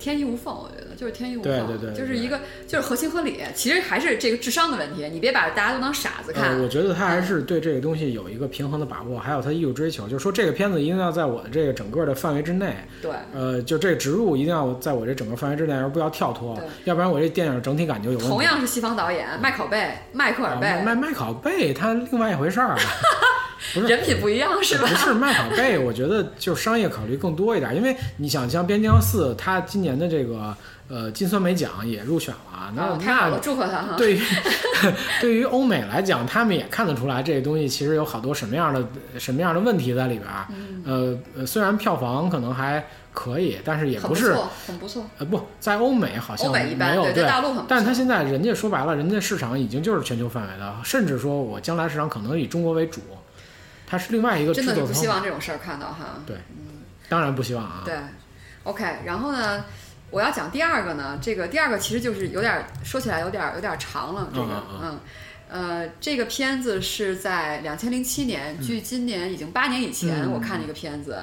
S2: 天衣无缝，我觉得就是天衣无缝，
S1: 对对对
S2: 就是一个就是合情合理。其实还是这个智商的问题，你别把大家都当傻子看。
S1: 呃，我觉得他还是对这个东西有一个平衡的把握，还有他艺术追求，就是说这个片子一定要在我的这个整个的范围之内，
S2: 对
S1: 呃，就这个植入一定要在我这整个范围之内，而不要跳脱
S2: 对，
S1: 要不然我这电影整体感就有问题。
S2: 同样是西方导演麦考贝、迈克尔
S1: 啊，
S2: 贝，
S1: 麦麦麦考贝他另外一回事 儿啊，不是
S2: 人品不一样是
S1: 不
S2: 吧？
S1: 是麦考贝，我觉得就是商业考虑更多一点，因为你想像《边疆四》，他今年的这个呃金酸梅奖也入选了，那、
S2: 哦太好
S1: 那
S2: 了，祝贺他哈。
S1: 对于 对于欧美来讲，他们也看得出来这个东西其实有好多什么样的什么样的问题在里边儿。
S2: 嗯
S1: 呃呃，虽然票房可能还可以，但是也
S2: 很
S1: 不是
S2: 错，很不错。
S1: 呃不在欧美好像
S2: 欧美一般
S1: 没有
S2: 对在大陆很不错
S1: 但是他现在人家说白了，人家市场已经就是全球范围的，甚至说我将来市场可能以中国为主，它是另外一个制
S2: 真的是
S1: 作
S2: 不
S1: 方
S2: 希
S1: 法。
S2: 望这种事儿看到哈。
S1: 当然不希望啊。
S2: 对，OK，然后呢，我要讲第二个呢，这个第二个其实就是有点儿说起来有点儿有点儿长了，这个
S1: 嗯嗯
S2: 嗯。呃，这个片子是在两千零七年，距今年已经八年以前，
S1: 嗯
S2: 我看了一个片子，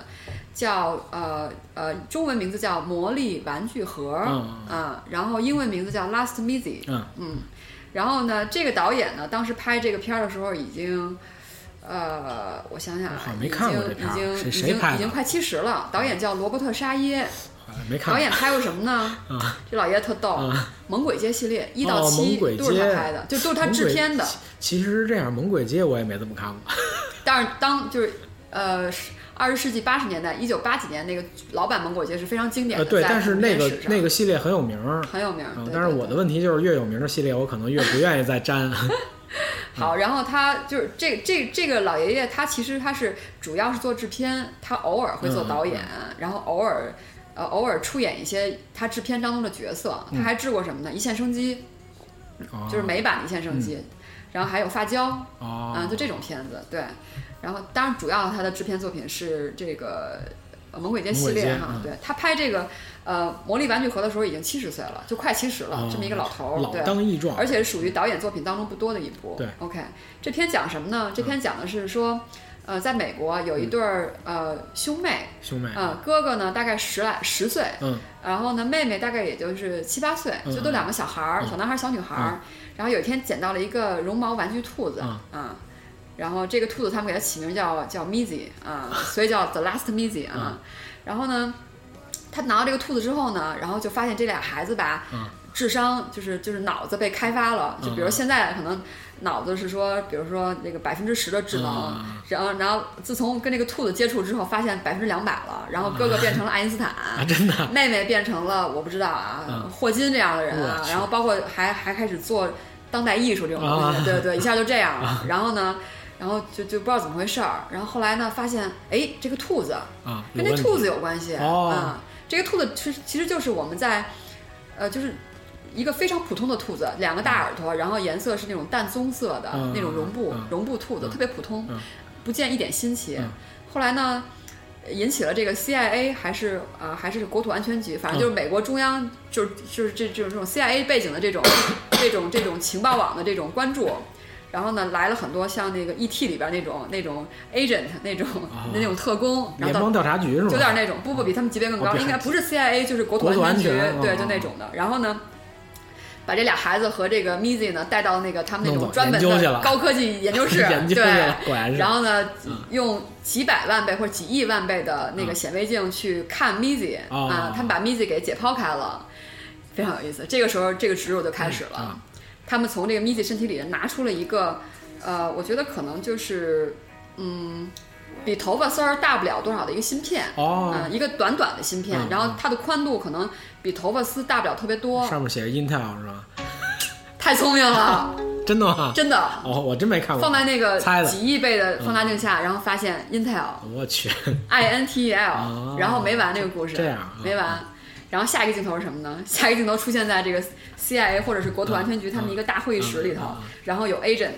S2: 叫呃呃，中文名字叫《魔力玩具盒》，
S1: 嗯
S2: 啊、然后英文名字叫《Last Mizzy》，
S1: 嗯
S2: 然后呢，这个导演呢，当时拍这个片儿的时候已经，呃，我想想
S1: 我好
S2: 啊，
S1: 像没
S2: 已
S1: 看
S2: 经
S1: 过这片儿
S2: 已经
S1: 谁
S2: 已
S1: 谁拍
S2: 经
S1: 的
S2: 已经快七十了。导演叫罗伯特·沙耶，
S1: 啊没看
S2: 导
S1: 过
S2: 演哦拍过什 么呢？
S1: 啊。
S2: 这老爷特逗，
S1: 啊
S2: 猛鬼街》系列一
S1: 哦
S2: 到七
S1: 猛鬼街
S2: 都是他拍的，就都是他制片的。
S1: 其实是这样，《猛鬼街》我也没怎么看过。
S2: 但是当就是呃二十世纪八十年代，一九八几年那个老版《猛鬼街》是非常经典
S1: 呃，
S2: 的，
S1: 对，
S2: 在
S1: 但是
S2: 影
S1: 那
S2: 片
S1: 个
S2: 史上
S1: 那个系列很有名儿。
S2: 很有名。
S1: 啊
S2: 嗯对，
S1: 但是
S2: 对
S1: 我的
S2: 对
S1: 问题就是，越有名的系列，我可能越不愿意再 沾。嗯
S2: 好，然后他就是这这这个老爷爷，他其实他是主要是做制片，他偶尔会做导演，
S1: 嗯
S2: 然后偶尔呃偶尔出演一些他制片当中的角色。
S1: 嗯
S2: 他还制过什么呢？一线生机，
S1: 哦
S2: 就是美版的一线生机，然后还有发胶，
S1: 嗯哦，
S2: 啊，就这种片子，对。然后，当然主要他的制片作品是这个呃《猛鬼街》
S1: 猛
S2: 系
S1: 鬼
S2: 列
S1: 街
S2: 哈，
S1: 嗯
S2: 对他拍这个呃《魔力玩具盒》的时候已经七十岁了，就快七十了，
S1: 哦
S2: 这么一个老头儿，
S1: 老
S2: 对。
S1: 当益壮，
S2: 而且属于导演作品当中不多的一部。
S1: 哦对嗯
S2: ，OK，这篇讲什么呢？这篇讲的是说，呃，在美国有一对儿呃兄妹，
S1: 兄妹，
S2: 呃，哥哥呢大概十来十岁，
S1: 嗯，
S2: 然后呢，妹妹大概也就是七八岁，
S1: 嗯
S2: 就都两个小孩
S1: 嗯
S2: 儿，
S1: 嗯
S2: 小男孩儿、小女孩儿。然后有一天捡到了一个绒毛玩具兔子、啊，然后这个兔子他们给它起名叫叫 Mizzy 啊，所以叫 The Last Mizzy
S1: 嗯
S2: 啊。然后呢，他拿到这个兔子之后呢，然后就发现这俩孩子吧，
S1: 嗯
S2: 智商就是就是脑子被开发了，就比如
S1: 嗯
S2: 现在可能脑子是说，比如说那个百分之十的智能，
S1: 嗯
S2: 然后然后自从跟这个兔子接触之后，发现百分之两百了，然后
S1: 嗯
S2: 哥哥变成了爱 因斯坦，
S1: 啊，真的，
S2: 妹妹变成了我不知道啊，
S1: 嗯
S2: 霍金这样的人啊
S1: 我，去
S2: 然后包括还还开始做当代艺术这种东西，
S1: 啊
S2: 对对，一下就 这样了。然后呢，然后就就不知道怎么回事儿，然后后来呢，发现哎，这个兔子
S1: 啊，有
S2: 跟那
S1: 问题
S2: 兔子有关系啊、
S1: 哦
S2: 这个兔子其实其实就是我们在呃，就是一个非常普通的兔子，两个大耳朵，然后颜色是那种淡棕色的、
S1: 嗯
S2: 那种绒布、
S1: 嗯
S2: 绒布兔子，特别普通，
S1: 嗯
S2: 不见一点新奇。
S1: 嗯
S2: 后来呢？引起了这个 CIA 还是啊、还是国土安全局，反正就
S1: 嗯
S2: 是美国中央，就是就是这这种这种 CIA 背景的这种这种这种情报网的这种关注，然后呢来了很多像那个 ET 里边那种那种 agent 那种、
S1: 啊
S2: 那种特工，然
S1: 联
S2: 后到
S1: 邦调查局是吗？
S2: 有点那种，不不，比他们级别更高，
S1: 哦比
S2: 应该不是 CIA 就是国土
S1: 国土
S2: 安
S1: 安
S2: 全局，
S1: 全
S2: 对，
S1: 哦
S2: 就那种的。然后呢，把这俩孩子和这个 Mizzy 呢带到那个他们那
S1: 弄
S2: 种
S1: 走
S2: 专门
S1: 研究去
S2: 的
S1: 了
S2: 高科技研究室，
S1: 研究去
S2: 对
S1: 了，，果然是。嗯
S2: 然后呢，用几百万倍或者几亿万倍的那个显微镜去看 Mizzy
S1: 哦
S2: 啊，他们把 Mizzy 给解剖开了，非常有意思。这个时候，这个植入就开始
S1: 嗯
S2: 了
S1: 啊。
S2: 他们从这个 Mizzy 身体里拿出了一个，呃，我觉得可能就是，嗯，比头发丝儿大不了多少的一个芯片。
S1: 哦，
S2: 嗯，一个短短的芯片，
S1: 嗯
S2: 然后它的宽度可能比头发丝大不了特别多，
S1: 上面写着 Intel 是吧？
S2: 太聪 明了，
S1: 真的吗？
S2: 真的。
S1: 哦，我真没看过。
S2: 放在那个
S1: 猜的嗯
S2: 几亿倍的放大镜下，然后发现 Intel
S1: 我去，
S2: I N T E L，
S1: 哦
S2: 然后没完这个故事，
S1: 这样啊
S2: 没完。然后下一个镜头是什么呢？下一个镜头出现在这个 CIA 或者是国土安全局他们一个大会议室里头
S1: 嗯嗯嗯，嗯
S2: 然后有 agent，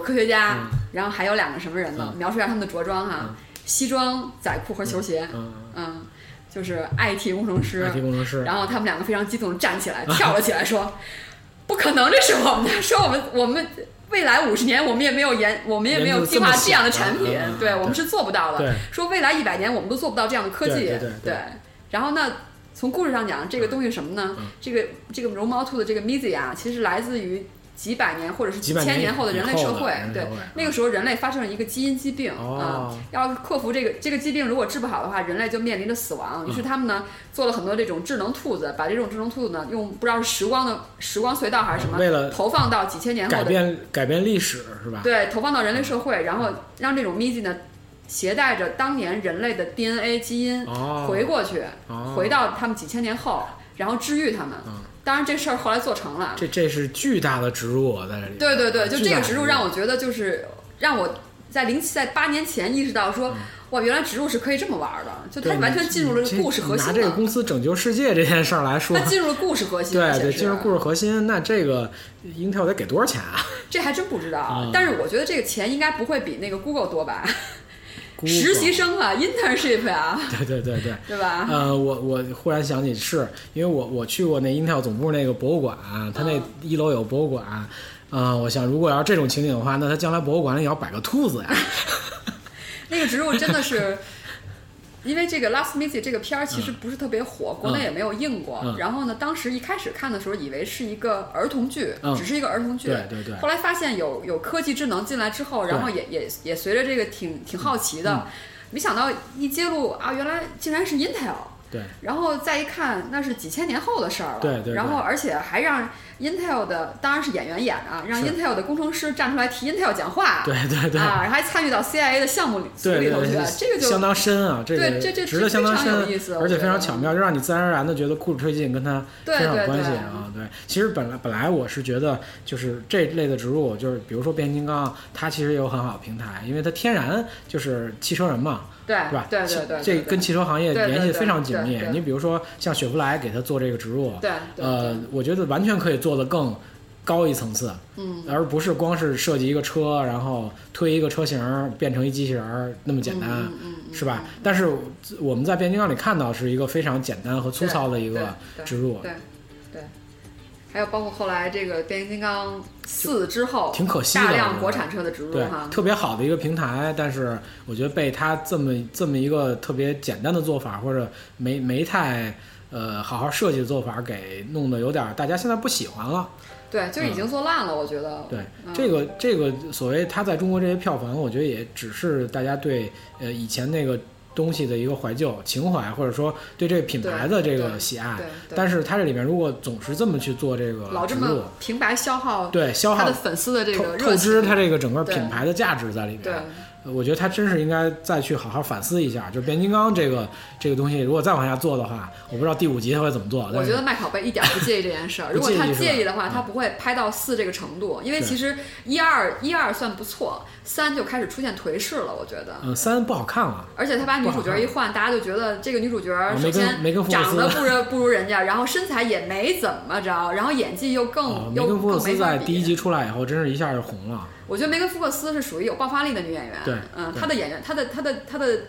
S2: 科学家，然后还有两个什么人呢？描述一下他们的着装哈，西装、仔裤和球鞋，
S1: 嗯哎
S2: 嗯，就是 IT 工程师
S1: ，IT 工程师，
S2: 然后他们两个非常激动地站起来， 跳了起来，说：“不可能，这是我们的，说我们我们未来五十年我们也没有研，我们也没有计划这样的产
S1: 研
S2: 品
S1: 究这么小啊啊，啊
S2: 对
S1: 对
S2: 我们是做不到
S1: 对
S2: 的。说未来一百年我们都做不到这样的科技，
S1: 对对对对
S2: 然后呢？”从故事上讲，这个东西什么
S1: 嗯
S2: 呢？这个这个绒毛兔的这个 Mizzy 啊，其实来自于几百年或者是几
S1: 几百
S2: 千
S1: 年
S2: 年后的人类
S1: 以后
S2: 社
S1: 的
S2: 会。
S1: 人类
S2: 对
S1: 社会，嗯
S2: 那个时候人类发生了一个基因疾病啊、
S1: 哦
S2: 要克服这个这个疾病，如果治不好的话，人类就面临着死亡。于
S1: 嗯
S2: 是他们呢做了很多这种智能兔子，把这种智能兔子呢用不知道是时光的时光隧道还是什么，
S1: 为了
S2: 投放到几千年后
S1: 改
S2: 的
S1: 变改变历史是吧？
S2: 对投放到人类社会，然后让这种 Mizzy 呢携带着当年人类的 DNA 基因
S1: 哦，
S2: 回过去，
S1: 哦
S2: 回到他们几千年后，然后治愈他们。
S1: 嗯
S2: 当然这事儿后来做成了，
S1: 这这是巨大的植入啊，在这里。
S2: 对对对，就
S1: 巨
S2: 这
S1: 大
S2: 个
S1: 的
S2: 植入让我觉得就是让我在零七在八年前意识到说，哇，原来植入是可以这么玩儿的，就它
S1: 嗯对
S2: 完全进入了
S1: 你这
S2: 故事核
S1: 拿
S2: 心
S1: 这个
S2: 了。
S1: 公司拯救世界这件事儿来说
S2: 它，进入了故事核心，而
S1: 对
S2: 且
S1: 对，
S2: 是
S1: 进入故事核心，那这个 Intel 得给多少钱啊？
S2: 这还真不知道、啊
S1: 嗯
S2: 但是我觉得这个钱应该不会比那个 Google 多吧？实习生啊，internship 啊，
S1: 对对对对。
S2: 对吧？
S1: 呃，我我忽然想起是，因为我我去过那 Intel 总部那个博物馆，它那
S2: 嗯
S1: 一楼有博物馆，啊、我想如果要是这种情景的话，那它将来博物馆里也要摆个兔 子呀，
S2: 那个植入真的是，因为这个《Last Missy》这个片儿其实不是特别火，国内也没有映过。
S1: 嗯
S2: 然后呢，当时一开始看的时候，以为是一个儿童剧，
S1: 嗯
S2: 只是一个儿童剧。
S1: 对对对
S2: 后来发现有有科技智能进来之后，然后也也也
S1: 嗯
S2: 随着这个挺挺好奇的，没想到一揭露啊，原来竟然是 Intel。
S1: 对，
S2: 然后再一看，那是几千年后的事儿了。
S1: 对对对
S2: 然后，而且还让 Intel 的，当然是演员演啊，让
S1: 是
S2: Intel 的工程师站出来替 Intel 讲话。
S1: 对对对
S2: 啊，还参与到 CIA 的项目里组
S1: 对
S2: 里
S1: 对
S2: 头去，
S1: 对，
S2: 这个就
S1: 相当深啊，这个
S2: 对这这
S1: 值得相当
S2: 非常有
S1: 深
S2: 意思，
S1: 而且非
S2: 我觉得
S1: 常巧妙，就让你自然而然的觉得库尔推进跟他
S2: 对
S1: 非常有
S2: 对
S1: 关系
S2: 对，
S1: 啊。对，其实本来本来我是觉得就是这类的植入，就是比如说变形金刚，它其实也有很好的平台，因为它天然就是汽车人嘛，
S2: 对
S1: 是吧？
S2: 哎对
S1: 汽
S2: 对对，
S1: 这
S2: 对
S1: 跟汽车行业
S2: 对对
S1: 联系
S2: 对
S1: 非常紧
S2: 对
S1: 密
S2: 对。
S1: 你比如说像雪佛兰给它做这个植入，
S2: 对对
S1: 呃，我觉得完全可以做得更高一层次，
S2: 嗯，
S1: 而不是光是设计一个车，然后推一个车型儿变成一机器人儿那么简单。啊
S2: 嗯嗯嗯，
S1: 是吧？但是我们在变形金刚里看到是一个非常简单和粗糙的一
S2: 一
S1: 个植入，
S2: 对对，还有包括后来这个变形金刚四之后，
S1: 挺可惜的
S2: 大
S1: 我觉
S2: 量
S1: 得
S2: 国产车的植入
S1: 对
S2: 哈，，
S1: 特别好的一个平台。但是我觉得被他这么这么一个特别简单的做法，或者没没太呃好好设计的做法给弄得有点儿大家现在不喜欢了。
S2: 对，就是已经做烂了，我觉得，
S1: 对，
S2: 嗯
S1: 这个这个所谓它在中国这些票房，我觉得也只是大家对呃以前那个东西的一个怀旧情怀，或者说对这个品牌的这
S2: 对
S1: 个
S2: 对
S1: 喜爱
S2: 对。，对
S1: 但是它这里面如果总是这么去做这个
S2: 老这
S1: 植入
S2: 么平白消耗
S1: 对消
S2: 他
S1: 耗
S2: 的粉丝的这
S1: 透
S2: 个
S1: 透
S2: 热
S1: 支
S2: 情，
S1: 它这个整个
S2: 对
S1: 品牌的价值在里
S2: 对
S1: 边。呃我觉得它真是应该再去好好反思一下，就是变形金刚这个这个东西，如果再往下做的话，我不知道第五集它会怎么做。
S2: 我
S1: 但
S2: 觉
S1: 是
S2: 得麦考贝一点儿不介意这件事儿，
S1: 不
S2: 如果
S1: 介意
S2: 他
S1: 是吧
S2: 介意的话，
S1: 嗯
S2: 他不会拍到四这个程度，因为
S1: 对
S2: 其实一二一二算不错，三就开始出现颓势了，我觉得。
S1: 嗯，三不好看了。
S2: 而且他把女主角一换，大家就觉得这个女主角首
S1: 梅根
S2: 先
S1: 梅根福克斯
S2: 长得不如不如人家，然后身材也没怎么着，然后演技又更、
S1: 啊，梅
S2: 又
S1: 根福克
S2: 更没
S1: 斯
S2: 法
S1: 在
S2: 比
S1: 第一集出来以后，真是一下就红了。
S2: 我觉得梅根·福克斯是属于有爆发力的女演员。
S1: 对
S2: 嗯，
S1: 对
S2: 她的演员，她的她的她的，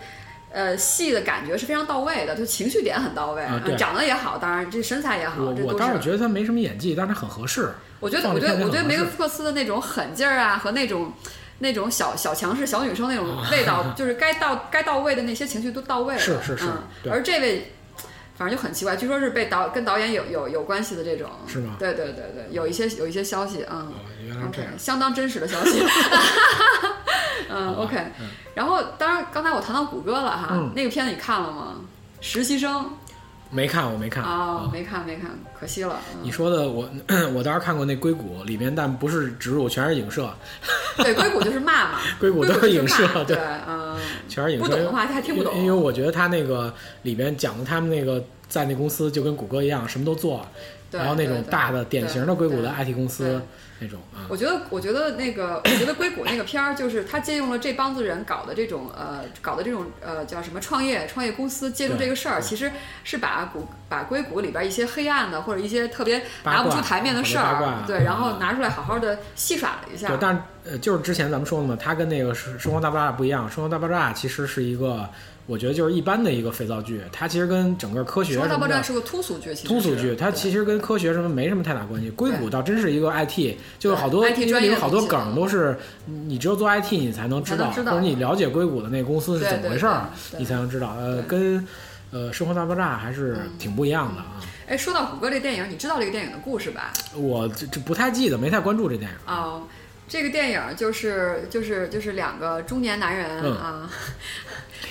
S2: 呃，戏的感觉是非常到位的，就情绪点很到位，
S1: 啊
S2: 嗯
S1: 对
S2: 长得也好，当然这身材也好，
S1: 我
S2: 这
S1: 我
S2: 都
S1: 倒是
S2: 是。
S1: 觉得他没什么演技，但是很合适。
S2: 我觉得，
S1: 放
S2: 我
S1: 着
S2: 觉得，
S1: 看
S2: 我觉
S1: 着很
S2: 得梅根·
S1: 合
S2: 福克斯的那种狠劲儿啊，和那种。那种小小强势小女生那种 味道，就是该到该到位的那些情绪都到位了。
S1: 啊是是是
S2: 嗯。
S1: 对
S2: 而这位，反正就很奇怪，据说是被导跟导演有有有关系的这种。
S1: 是吗
S2: 对对对对，有一些有一些消息，嗯。
S1: 哦，原来是这
S2: OK，
S1: 样。
S2: 相当真实的 消息。
S1: 好
S2: 嗯
S1: 吧
S2: ，OK
S1: 嗯。
S2: 然后，当然，刚才我谈到谷歌了哈，
S1: 嗯
S2: 那个片子你看了吗？实习生
S1: 没看，我没看
S2: 啊
S1: 啊，。
S2: 没看，没看，可惜了。嗯
S1: 你说的我我当时看过那硅谷里面，但不是植入，全是影射，
S2: 对，硅谷就是骂嘛，
S1: 硅谷
S2: 谷
S1: 都
S2: 就是
S1: 影射
S2: 骂，
S1: 对
S2: 对，嗯，
S1: 全是影射。
S2: 不懂的话他还听不懂
S1: 因为因为我觉得他那个里边讲的他们那个在那公司就跟谷歌一样，什么都做，
S2: 对
S1: 然后那
S2: 对
S1: 种
S2: 对
S1: 大的典型的硅谷的
S2: 对
S1: IT 公
S2: 对
S1: 司那种啊，
S2: 我觉得，我觉得那个， 我觉得硅谷那个片儿，就是他借用了这帮子人搞的这种呃，搞的这种呃叫什么创业创业公司借助这个事儿，
S1: 对
S2: 其实是把谷把硅谷里边一些黑暗的或者一些特别拿不
S1: 八卦
S2: 出台面的事
S1: 很多八
S2: 儿，
S1: 卦
S2: 对，然后拿出来好好的戏耍了一下
S1: 对，。但是呃，就是之前咱们说的嘛，它跟那个《生生活大爆炸》不一样，《生活大爆炸》其实是一个，我觉得就是一般的一个肥皂剧，它其实跟整个科学
S2: 《说
S1: 什
S2: 大
S1: 么
S2: 爆炸》
S1: 的
S2: 是个通俗剧，其实
S1: 通俗
S2: 是
S1: 剧，它
S2: 对
S1: 其实跟科学什么没什么太大关系。硅谷倒真是一个 IT，就是好多
S2: IT
S1: 因
S2: 专
S1: 为有
S2: 业的
S1: 好多
S2: 东西
S1: 梗都是你只有做 IT 你才能知
S2: 才
S1: 道，
S2: 能知道
S1: 或者你了解硅谷的那个公司是
S2: 对
S1: 怎么
S2: 对
S1: 回事儿，
S2: 对
S1: 你才能知道。呃，
S2: 对嗯
S1: 跟呃《生活大爆炸》还是挺不一样的啊。
S2: 哎，说到谷歌这电影，你知道这个电影的故事吧？
S1: 我这这不太记得，没太关注这电影。
S2: 啊、这个电影儿就是就是就是两个中年男人、
S1: 嗯
S2: 啊，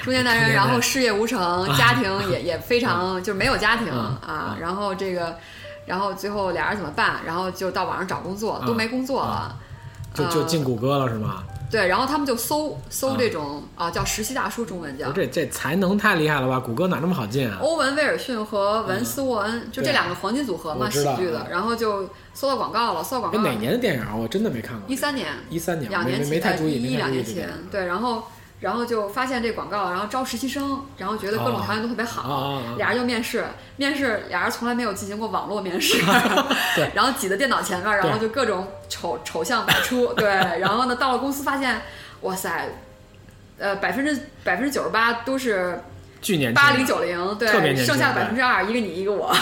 S2: 中年男
S1: 中
S2: 人，
S1: 年
S2: 然
S1: 男
S2: 后
S1: 人啊
S2: 事业无成，家庭也也非常、就是没有家庭、
S1: 嗯
S2: 啊
S1: 嗯，
S2: 然后这个，然后最后俩人怎么办？然后就到网上找工作，都
S1: 嗯
S2: 没工作了。
S1: 就
S2: 啊
S1: 就进谷歌了是吗？
S2: 对，然后他们就搜搜
S1: 嗯
S2: 这种啊、叫实习大叔，中文叫
S1: 我这这才能太厉害了吧？谷歌哪那么好进啊？
S2: 欧文·威尔逊和文斯沃恩，就这
S1: 嗯对
S2: 两个黄金组合嘛，
S1: 我
S2: 喜
S1: 知道
S2: 剧的
S1: 嗯。
S2: 然后就搜到广告了，搜到广
S1: 哎，哪
S2: 告，
S1: 年的电影啊？我真的没看过。
S2: 一三年，
S1: 一三年，
S2: 两
S1: 没
S2: 年
S1: 没
S2: 前，
S1: 没太注意，
S2: 一
S1: 没
S2: 一
S1: 太
S2: 两
S1: 注意
S2: 年
S1: 这嗯电
S2: 前
S1: 影。，
S2: 对，然后然后就发现这广告，然后招实习生，然后觉得各种
S1: 哦
S2: 条件都特别好，
S1: 哦哦哦
S2: 俩人就面试，面试俩人从来没有进行过网络面试，
S1: 对
S2: 然后挤在电脑前面，然后就各种丑丑相百出， 对，然后呢到了公司发现，哇塞。呃，百分之百分之九十八都是
S1: 巨年轻
S2: 八零九零，对
S1: 特别，年轻
S2: 剩下的百分之二，一个你一个 我。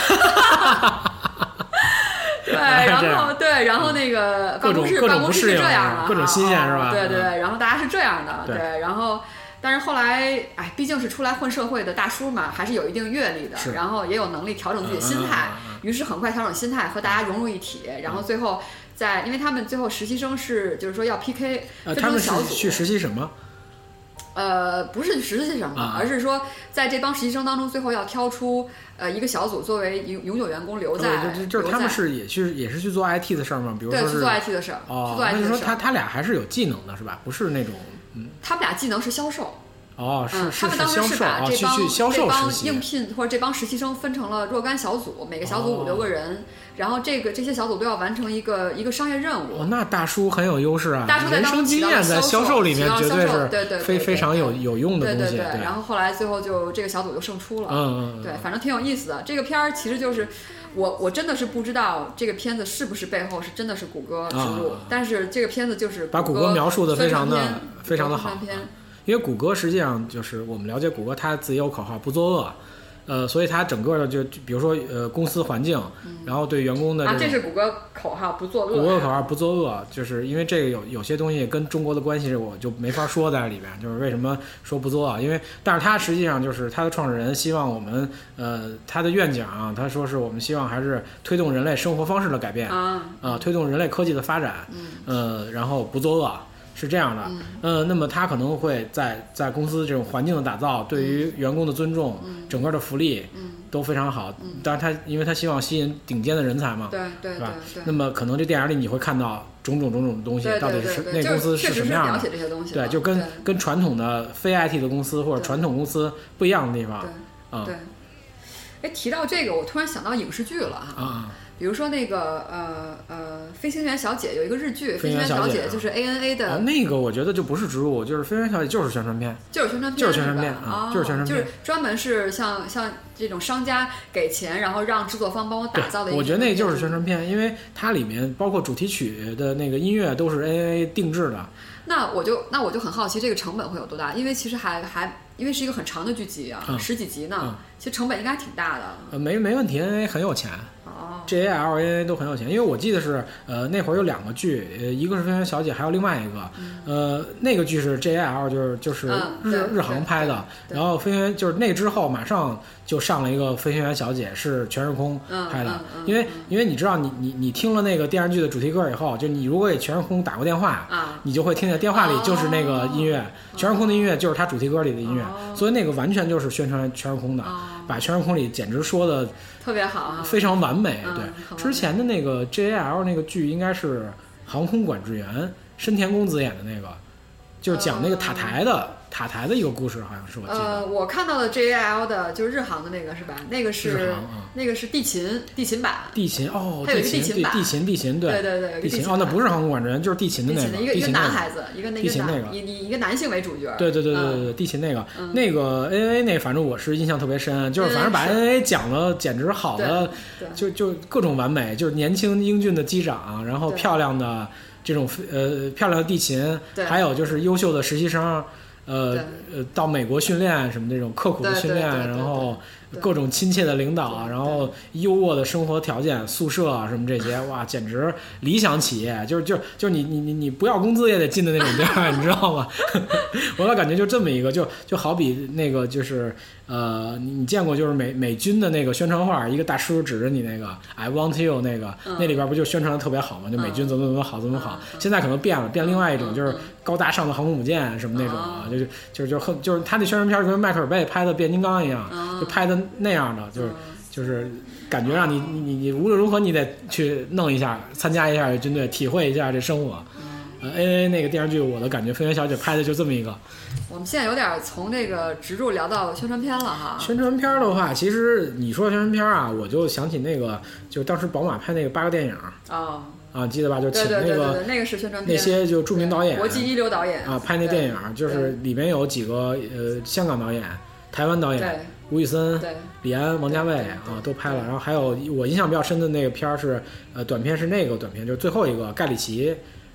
S2: 对，
S1: 哎
S2: 然后对，然后那个办公室
S1: 嗯各种
S2: 办
S1: 各种不
S2: 公室
S1: 适
S2: 是
S1: 应
S2: 这样的，
S1: 各种新鲜是吧
S2: 啊对对，
S1: 嗯
S2: 然后大家是这样的，
S1: 对
S2: 对，然后。但是后来，哎，毕竟是出来混社会的大叔嘛，还是有一定阅历的，
S1: 是
S2: 然后也有能力调整自己心态，
S1: 嗯嗯嗯
S2: 于是很快调整心态，和大家融入一体，然后最后在，因为他们最后实习生是就是说要 PK
S1: 呃，
S2: 分
S1: 他
S2: 成
S1: 们是
S2: 小组，
S1: 去实习什么？
S2: 呃，不是实习生吧，
S1: 啊
S2: 而是说在这帮实习生当中，最后要挑出呃一个小组作为永永久员工留在
S1: 对，就就是他们是也去也是去做 IT 的事儿吗？比如
S2: 留在
S1: 说是
S2: 对去做 IT 的事儿，去
S1: 哦，
S2: 做
S1: 那
S2: IT
S1: 就
S2: 的
S1: 说
S2: 事
S1: 他
S2: 儿。
S1: 他俩还是有技能的是吧？不是那种嗯
S2: 他们俩技能是销售，
S1: 哦是
S2: 嗯，他
S1: 是
S2: 们
S1: 是
S2: 当
S1: 销
S2: 时是
S1: 售
S2: 把
S1: 啊，
S2: 这
S1: 去
S2: 帮、
S1: 去销
S2: 这
S1: 售实
S2: 帮应
S1: 习
S2: 聘或者这帮实习生分成了若干小组，每个小组
S1: 哦
S2: 五六个人，然后这个这些小组都要完成一个一个商业任务。
S1: 哦，那大叔很有优势啊，
S2: 大叔在
S1: 人
S2: 当中
S1: 生
S2: 起
S1: 经
S2: 到了
S1: 验在
S2: 销售
S1: 售里面
S2: 起
S1: 绝
S2: 到了销售
S1: 是
S2: 对对对
S1: 非
S2: 对
S1: 非常有有用的
S2: 对
S1: 东
S2: 对
S1: 西，
S2: 对，然后后来最后就这个小组就胜出了。
S1: 嗯嗯
S2: 对，反正挺有意思的。这个片儿其实就是我，我真的是不知道这个片子是不是背后是真的是谷歌植入，
S1: 啊
S2: 但是这个片子就是
S1: 把谷
S2: 谷
S1: 歌描述得
S2: 的
S1: 非常地非常地好啊
S2: 片
S1: 因为谷歌实际上就是我们了解谷歌，它自己有口号不作恶，呃，所以它整个的就就比如说呃公司环境，然后对员工的
S2: 嗯啊，
S1: 这种。
S2: 这是谷歌口号，不作
S1: 谷歌
S2: 恶
S1: 口。号不作恶，就是因为这个有有些东西跟中国的关系，我就没法说在里边。就是为什么说不作恶，因为但是它实际上就是它的创始人希望我们，呃，他的愿景啊，他说是我们希望还是推动人类生活方式的改变，
S2: 啊，
S1: 啊，推动人类科技的发展，呃，然后不作恶是这样的，呃，那么他可能会在在公司这种环境的打造，对于员工的尊重，整个的福利，都非常好。当然他，因为他希望吸引顶尖的人才嘛，
S2: 对对
S1: 是
S2: 对
S1: 吧
S2: 对
S1: 那么可能这电影里你会看到种种种种的东西
S2: 对，
S1: 到
S2: 对
S1: 底
S2: 对
S1: 是
S2: 对，
S1: 那
S2: 就
S1: 公司
S2: 确
S1: 是
S2: 实
S1: 什
S2: 是
S1: 么样
S2: 描
S1: 的，
S2: 写这些东西的，
S1: 对，就跟
S2: 对
S1: 跟传统的非 IT 的公司或者
S2: 对
S1: 传统公司不一样的地方啊
S2: 对。哎，提到这个，我突然想到影视剧了哈。
S1: 啊
S2: 比如说那个呃呃，《飞行员小姐》有一个日剧，《
S1: 飞
S2: 飞
S1: 行员
S2: 行员
S1: 小
S2: 小
S1: 姐
S2: 姐》就是 A N A
S1: 啊
S2: 的，
S1: 那个我觉得就不是植入，就是《飞行小姐》就是宣传片。
S2: 就是宣传片，
S1: 就是宣传
S2: 吧
S1: 片
S2: 哦
S1: 啊就是宣传片
S2: 就是专门是像像这种商家给钱，然后让制作方帮我
S1: 对
S2: 打造的一个。
S1: 我觉得那就是宣。传片，因为它里面包括主题曲的那个音乐都是 A A 定制的。
S2: 那我就那我就很好奇这个成本会有多大，因为其实还还因为是一个很长的剧集啊，
S1: 嗯
S2: 十几集呢，
S1: 嗯
S2: 其实成本应该挺大的。
S1: 呃，没没问题，N A 很有钱
S2: 哦，
S1: ，G A L N A 都很有钱。因为我记得是，呃，那会儿有两个剧，呃，一个是《飞行员小姐》，还有另外一个，呃，那个剧是 G A L，就是就是
S2: 嗯
S1: 日、
S2: 对
S1: 日航拍的。
S2: 对对
S1: 然后飞行员就是那之后马上就上了一个《飞行员小姐》，是全日空
S2: 嗯
S1: 拍的
S2: 嗯。嗯
S1: 因为因为你知道你，你你听了那个电视剧的主题歌以后，就你如果给全日空打过电话，
S2: 啊，
S1: 你就会听见电话里就是那个音乐，全是空的音乐就是它主题歌里的音乐，
S2: 哦
S1: 所以那个完全就是宣传全是空的，
S2: 哦
S1: 把全是空里简直说的
S2: 特别好啊，
S1: 非常完美。
S2: 嗯
S1: 对，
S2: 好吧
S1: 之前的那个 JAL 那个剧应该是航空管制员深田恭子演的那个，就是讲那个塔台的、塔台的一个故事，好像是我记得。
S2: 哦呃，我看到的 J L 的就是日航的那个是吧？那个
S1: 日
S2: 是
S1: 航啊
S2: 那个是地勤地勤版，
S1: 地勤哦，
S2: 它有一个
S1: 勤
S2: 地勤
S1: 对
S2: 版
S1: 地勤地勤
S2: 对对对有一个
S1: 地
S2: 地勤
S1: 哦，那
S2: 版
S1: 不是航空管制员，就是地勤的
S2: 地
S1: 那
S2: 勤
S1: 个
S2: 一个一个
S1: 那
S2: 男孩子，一个那
S1: 地
S2: 一
S1: 勤
S2: 个
S1: 那个
S2: 男以以一个男性为主角，
S1: 对对对对对
S2: 嗯
S1: 对，地勤那个、
S2: 嗯
S1: 那个 N A 那，反正我是印象特别深，就是反正把
S2: NNA 嗯是
S1: N A 讲的简直好的，
S2: 对对
S1: 就就各种完美，就是年轻英俊的机长，然后
S2: 对
S1: 漂亮的这种呃漂亮的地勤，
S2: 对
S1: 还有就是优秀的实习生。呃呃，到美国训练什么这种刻苦的
S2: 对对
S1: 训练，啊
S2: 对对
S1: 然后
S2: 对
S1: 各种亲切的领导，啊
S2: 对对
S1: 然后优渥的生活条件、宿舍啊什么这 些，哇，简直理想企业，就是就是就是你你你你不要工资也得进的那种地 儿，你知道吗？ 我老感觉就这么一个，就就好比那个就是呃，你你见过就是美美军的那个宣传画，一个大叔指着你那个 I want you 那个，
S2: 嗯
S1: 那里边不就宣传的特别好吗？就美军
S2: 嗯
S1: 怎么怎么好怎么好，
S2: 嗯
S1: 现在可能变了，变另外一种
S2: 嗯
S1: 就是
S2: 嗯
S1: 高大上的航空母舰什么那种啊，
S2: 哦
S1: 就是就是就很就是他那宣传片就跟迈克尔贝拍的变形金刚一样，
S2: 嗯
S1: 就拍的那样的，就是
S2: 嗯
S1: 就是感觉让你你你你无论如何你得去弄一下，参加一下军队，体会一下这生活。
S2: 嗯
S1: 呃，A A 那个电视剧，我的感觉《飞行小姐》拍的就这么一个
S2: 我们现在有点从这个植入聊到宣传片了哈，
S1: 宣传片儿的话，其实你说宣传片儿啊，我就想起那个，就当时宝马拍那个八个电影儿
S2: 哦，
S1: 啊，记得吧？就
S2: 对
S1: 请
S2: 对
S1: 那
S2: 对对
S1: 个
S2: 对，那个是宣传
S1: 那
S2: 片，
S1: 些就著名导演
S2: 国际一流导演
S1: 啊拍那电影，儿，
S2: 对
S1: 就是里面有几个呃香港导演、台湾导演，啊
S2: 对
S1: 吴宇森、
S2: 对
S1: 李安、王家卫
S2: 对对
S1: 啊
S2: 对
S1: 都拍了，然后还有我印象比较深的那个片儿是，呃，短片是那个短片，就是最后一个盖里奇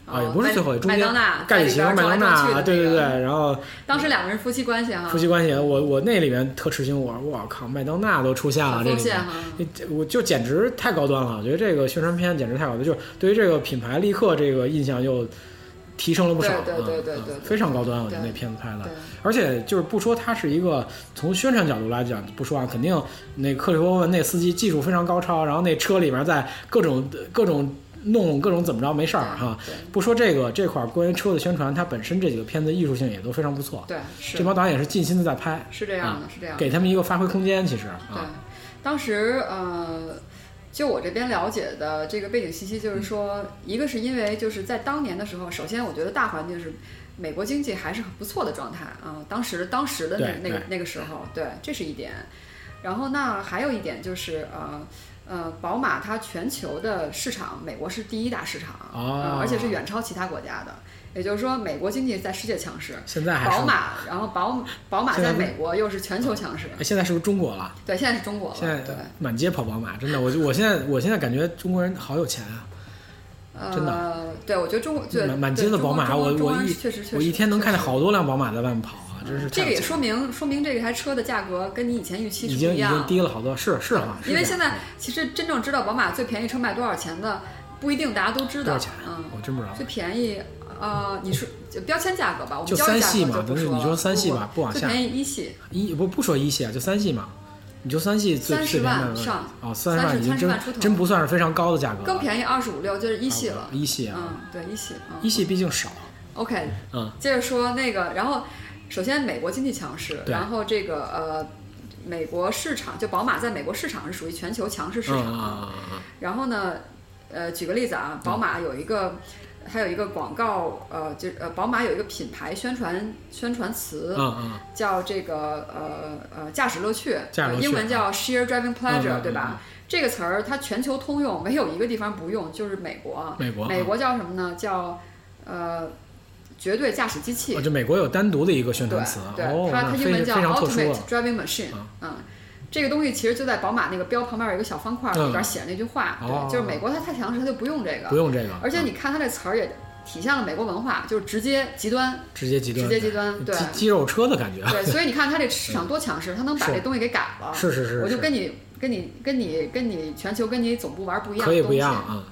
S1: 啊，
S2: 哦
S1: 也不是最后一个，中
S2: 麦麦
S1: 间
S2: 当娜
S1: 盖里奇和麦当娜
S2: 在啊里边
S1: 啊，
S2: 儿
S1: 对对
S2: 转来转
S1: 对，
S2: 去的那个嗯
S1: 然后
S2: 当时两个人夫妻关系哈，
S1: 夫妻关系，我我那里面特吃惊，我说我靠，麦当娜都出现了
S2: 很
S1: 这
S2: 奉
S1: 里面
S2: 献。哈，
S1: 这这我就简直太高端了，我觉得这个宣传片简直太高端，就是对于这个品牌立刻这个印象又提升了不少，
S2: 对对对对
S1: 嗯
S2: 对
S1: 嗯
S2: 对
S1: 非常高端，我觉得
S2: 对
S1: 那片子拍的
S2: 对，
S1: 而且就是不说它是一个从宣传角度来讲，不说啊，肯定那克里夫文那司机技术非常高超，然后那车里边在各种各种弄各种怎么着没事儿哈。不说这个这块儿关于车的宣传，它本身这几个片子艺术性也都非常不错。
S2: 对，
S1: 这帮啊导演是尽心的在拍，
S2: 是这样的，是这样的。
S1: 给他们一个发挥空间，其实
S2: 对
S1: 啊，，
S2: 当时呃，就我这边了解的这个背景信息，
S1: 嗯
S2: 就是说，一个是因为就是在当年的时候，首先我觉得大环境是美国经济还是很不错的状态啊、当时当时的
S1: 对
S2: 那那个
S1: 对
S2: 那个时候，对，这是一点。然后那还有一点就是呃。呃，宝马它全球的市场，美国是第一大市场，啊、
S1: 哦
S2: 而且是远超其他国家的。也就是说，美国经济在世界强势，
S1: 现在还是
S2: 宝马，然后宝宝马
S1: 现在
S2: 在
S1: 不是
S2: 美国又是全球强势。
S1: 哎现在是不是中国了？
S2: 对，现在是中国了，
S1: 现在
S2: 对。
S1: 满街跑宝马，真的，我就我现在我现在感觉中国人好有钱啊！真的
S2: 呃，对，我觉得中国对
S1: 满满
S2: 对
S1: 街的
S2: 中
S1: 宝
S2: 国
S1: 马，
S2: 中国
S1: 我
S2: 中国
S1: 我
S2: 人
S1: 一
S2: 确实确实，
S1: 我一天能看见
S2: 确实。
S1: 好多辆宝马在外面跑啊，真是
S2: 这
S1: 太有
S2: 个也
S1: 钱了
S2: 说明说明这台车的价格跟你以前预期是
S1: 已
S2: 不
S1: 经
S2: 一
S1: 已
S2: 样
S1: 经
S2: 的，
S1: 低了好多，是是哈，是
S2: 因为
S1: 这
S2: 现
S1: 样
S2: 在其实真正知道宝马最便宜车卖多少钱的，不一定大家都知
S1: 多少
S2: 道
S1: 钱。？啊
S2: 嗯，
S1: 我真不知道。
S2: 最便宜，呃，你说就标签价格吧，我们
S1: 就
S2: 交
S1: 三
S2: 易价
S1: 系
S2: 格
S1: 嘛
S2: 就不
S1: 不是
S2: 说
S1: 你说
S2: 了
S1: 三系吧不
S2: 不
S1: 往
S2: 最
S1: 下
S2: 便宜一系，
S1: 一不不说一系啊，就三系嘛，你就三系最
S2: 30
S1: 最便宜
S2: 万
S1: 的
S2: 上
S1: 哦，三十万
S2: 30
S1: 已经真
S2: 万出头
S1: 真不算是非常高的价格了，啊
S2: 更便宜二十五六就是一系了
S1: 啊。一系啊，
S2: 嗯，对一系，嗯
S1: 一系毕竟少，
S2: OK，
S1: 嗯，
S2: 接着说那个，然后首先美国经济强势，
S1: 对
S2: 然后这个呃，美国市场就宝马在美国市场是属于全球强势市
S1: 嗯
S2: 场。
S1: 啊
S2: 然后呢，呃，举个例子啊，宝马有一个。还有一个广告，呃，就呃，宝马有一个品牌宣传宣传词，
S1: 啊啊，
S2: 叫这个呃呃驾驶乐趣，
S1: 驾驶乐趣嗯
S2: 英文叫 sheer driving pleasure，、
S1: 嗯嗯
S2: 对吧？这个词儿它全球通用，没有一个地方不用，就是美国。啊
S1: 美国嗯
S2: 美国叫什么呢？叫呃绝对驾驶机器。
S1: 哦，这美国有单独的一个宣
S2: 对
S1: 传词，
S2: 对，
S1: 哦，
S2: 它
S1: 那
S2: 它英
S1: 非
S2: 文叫
S1: 非常特殊啊
S2: ultimate
S1: 了，
S2: driving machine
S1: 啊。
S2: 嗯，这个东西其实就在宝马那个标旁边有一个小方块，
S1: 嗯
S2: 里边写着那句话。
S1: 哦
S2: 对，就是美国它太强势，它就不用这个。
S1: 不用嗯这个，啊
S2: 而且你看它这词儿也体现了美国文化，就是直接极端，
S1: 嗯直接极端，
S2: 直接极端。对
S1: 肌肌肉车的感觉，
S2: 对，所以你看它 这市场多强势，它能把
S1: 是
S2: 这东西给改了。
S1: 是是是，
S2: 我就是跟你跟你跟你跟你全球跟你总部玩不一样
S1: 可以
S2: 的
S1: 不
S2: 东
S1: 一
S2: 西，
S1: 样啊，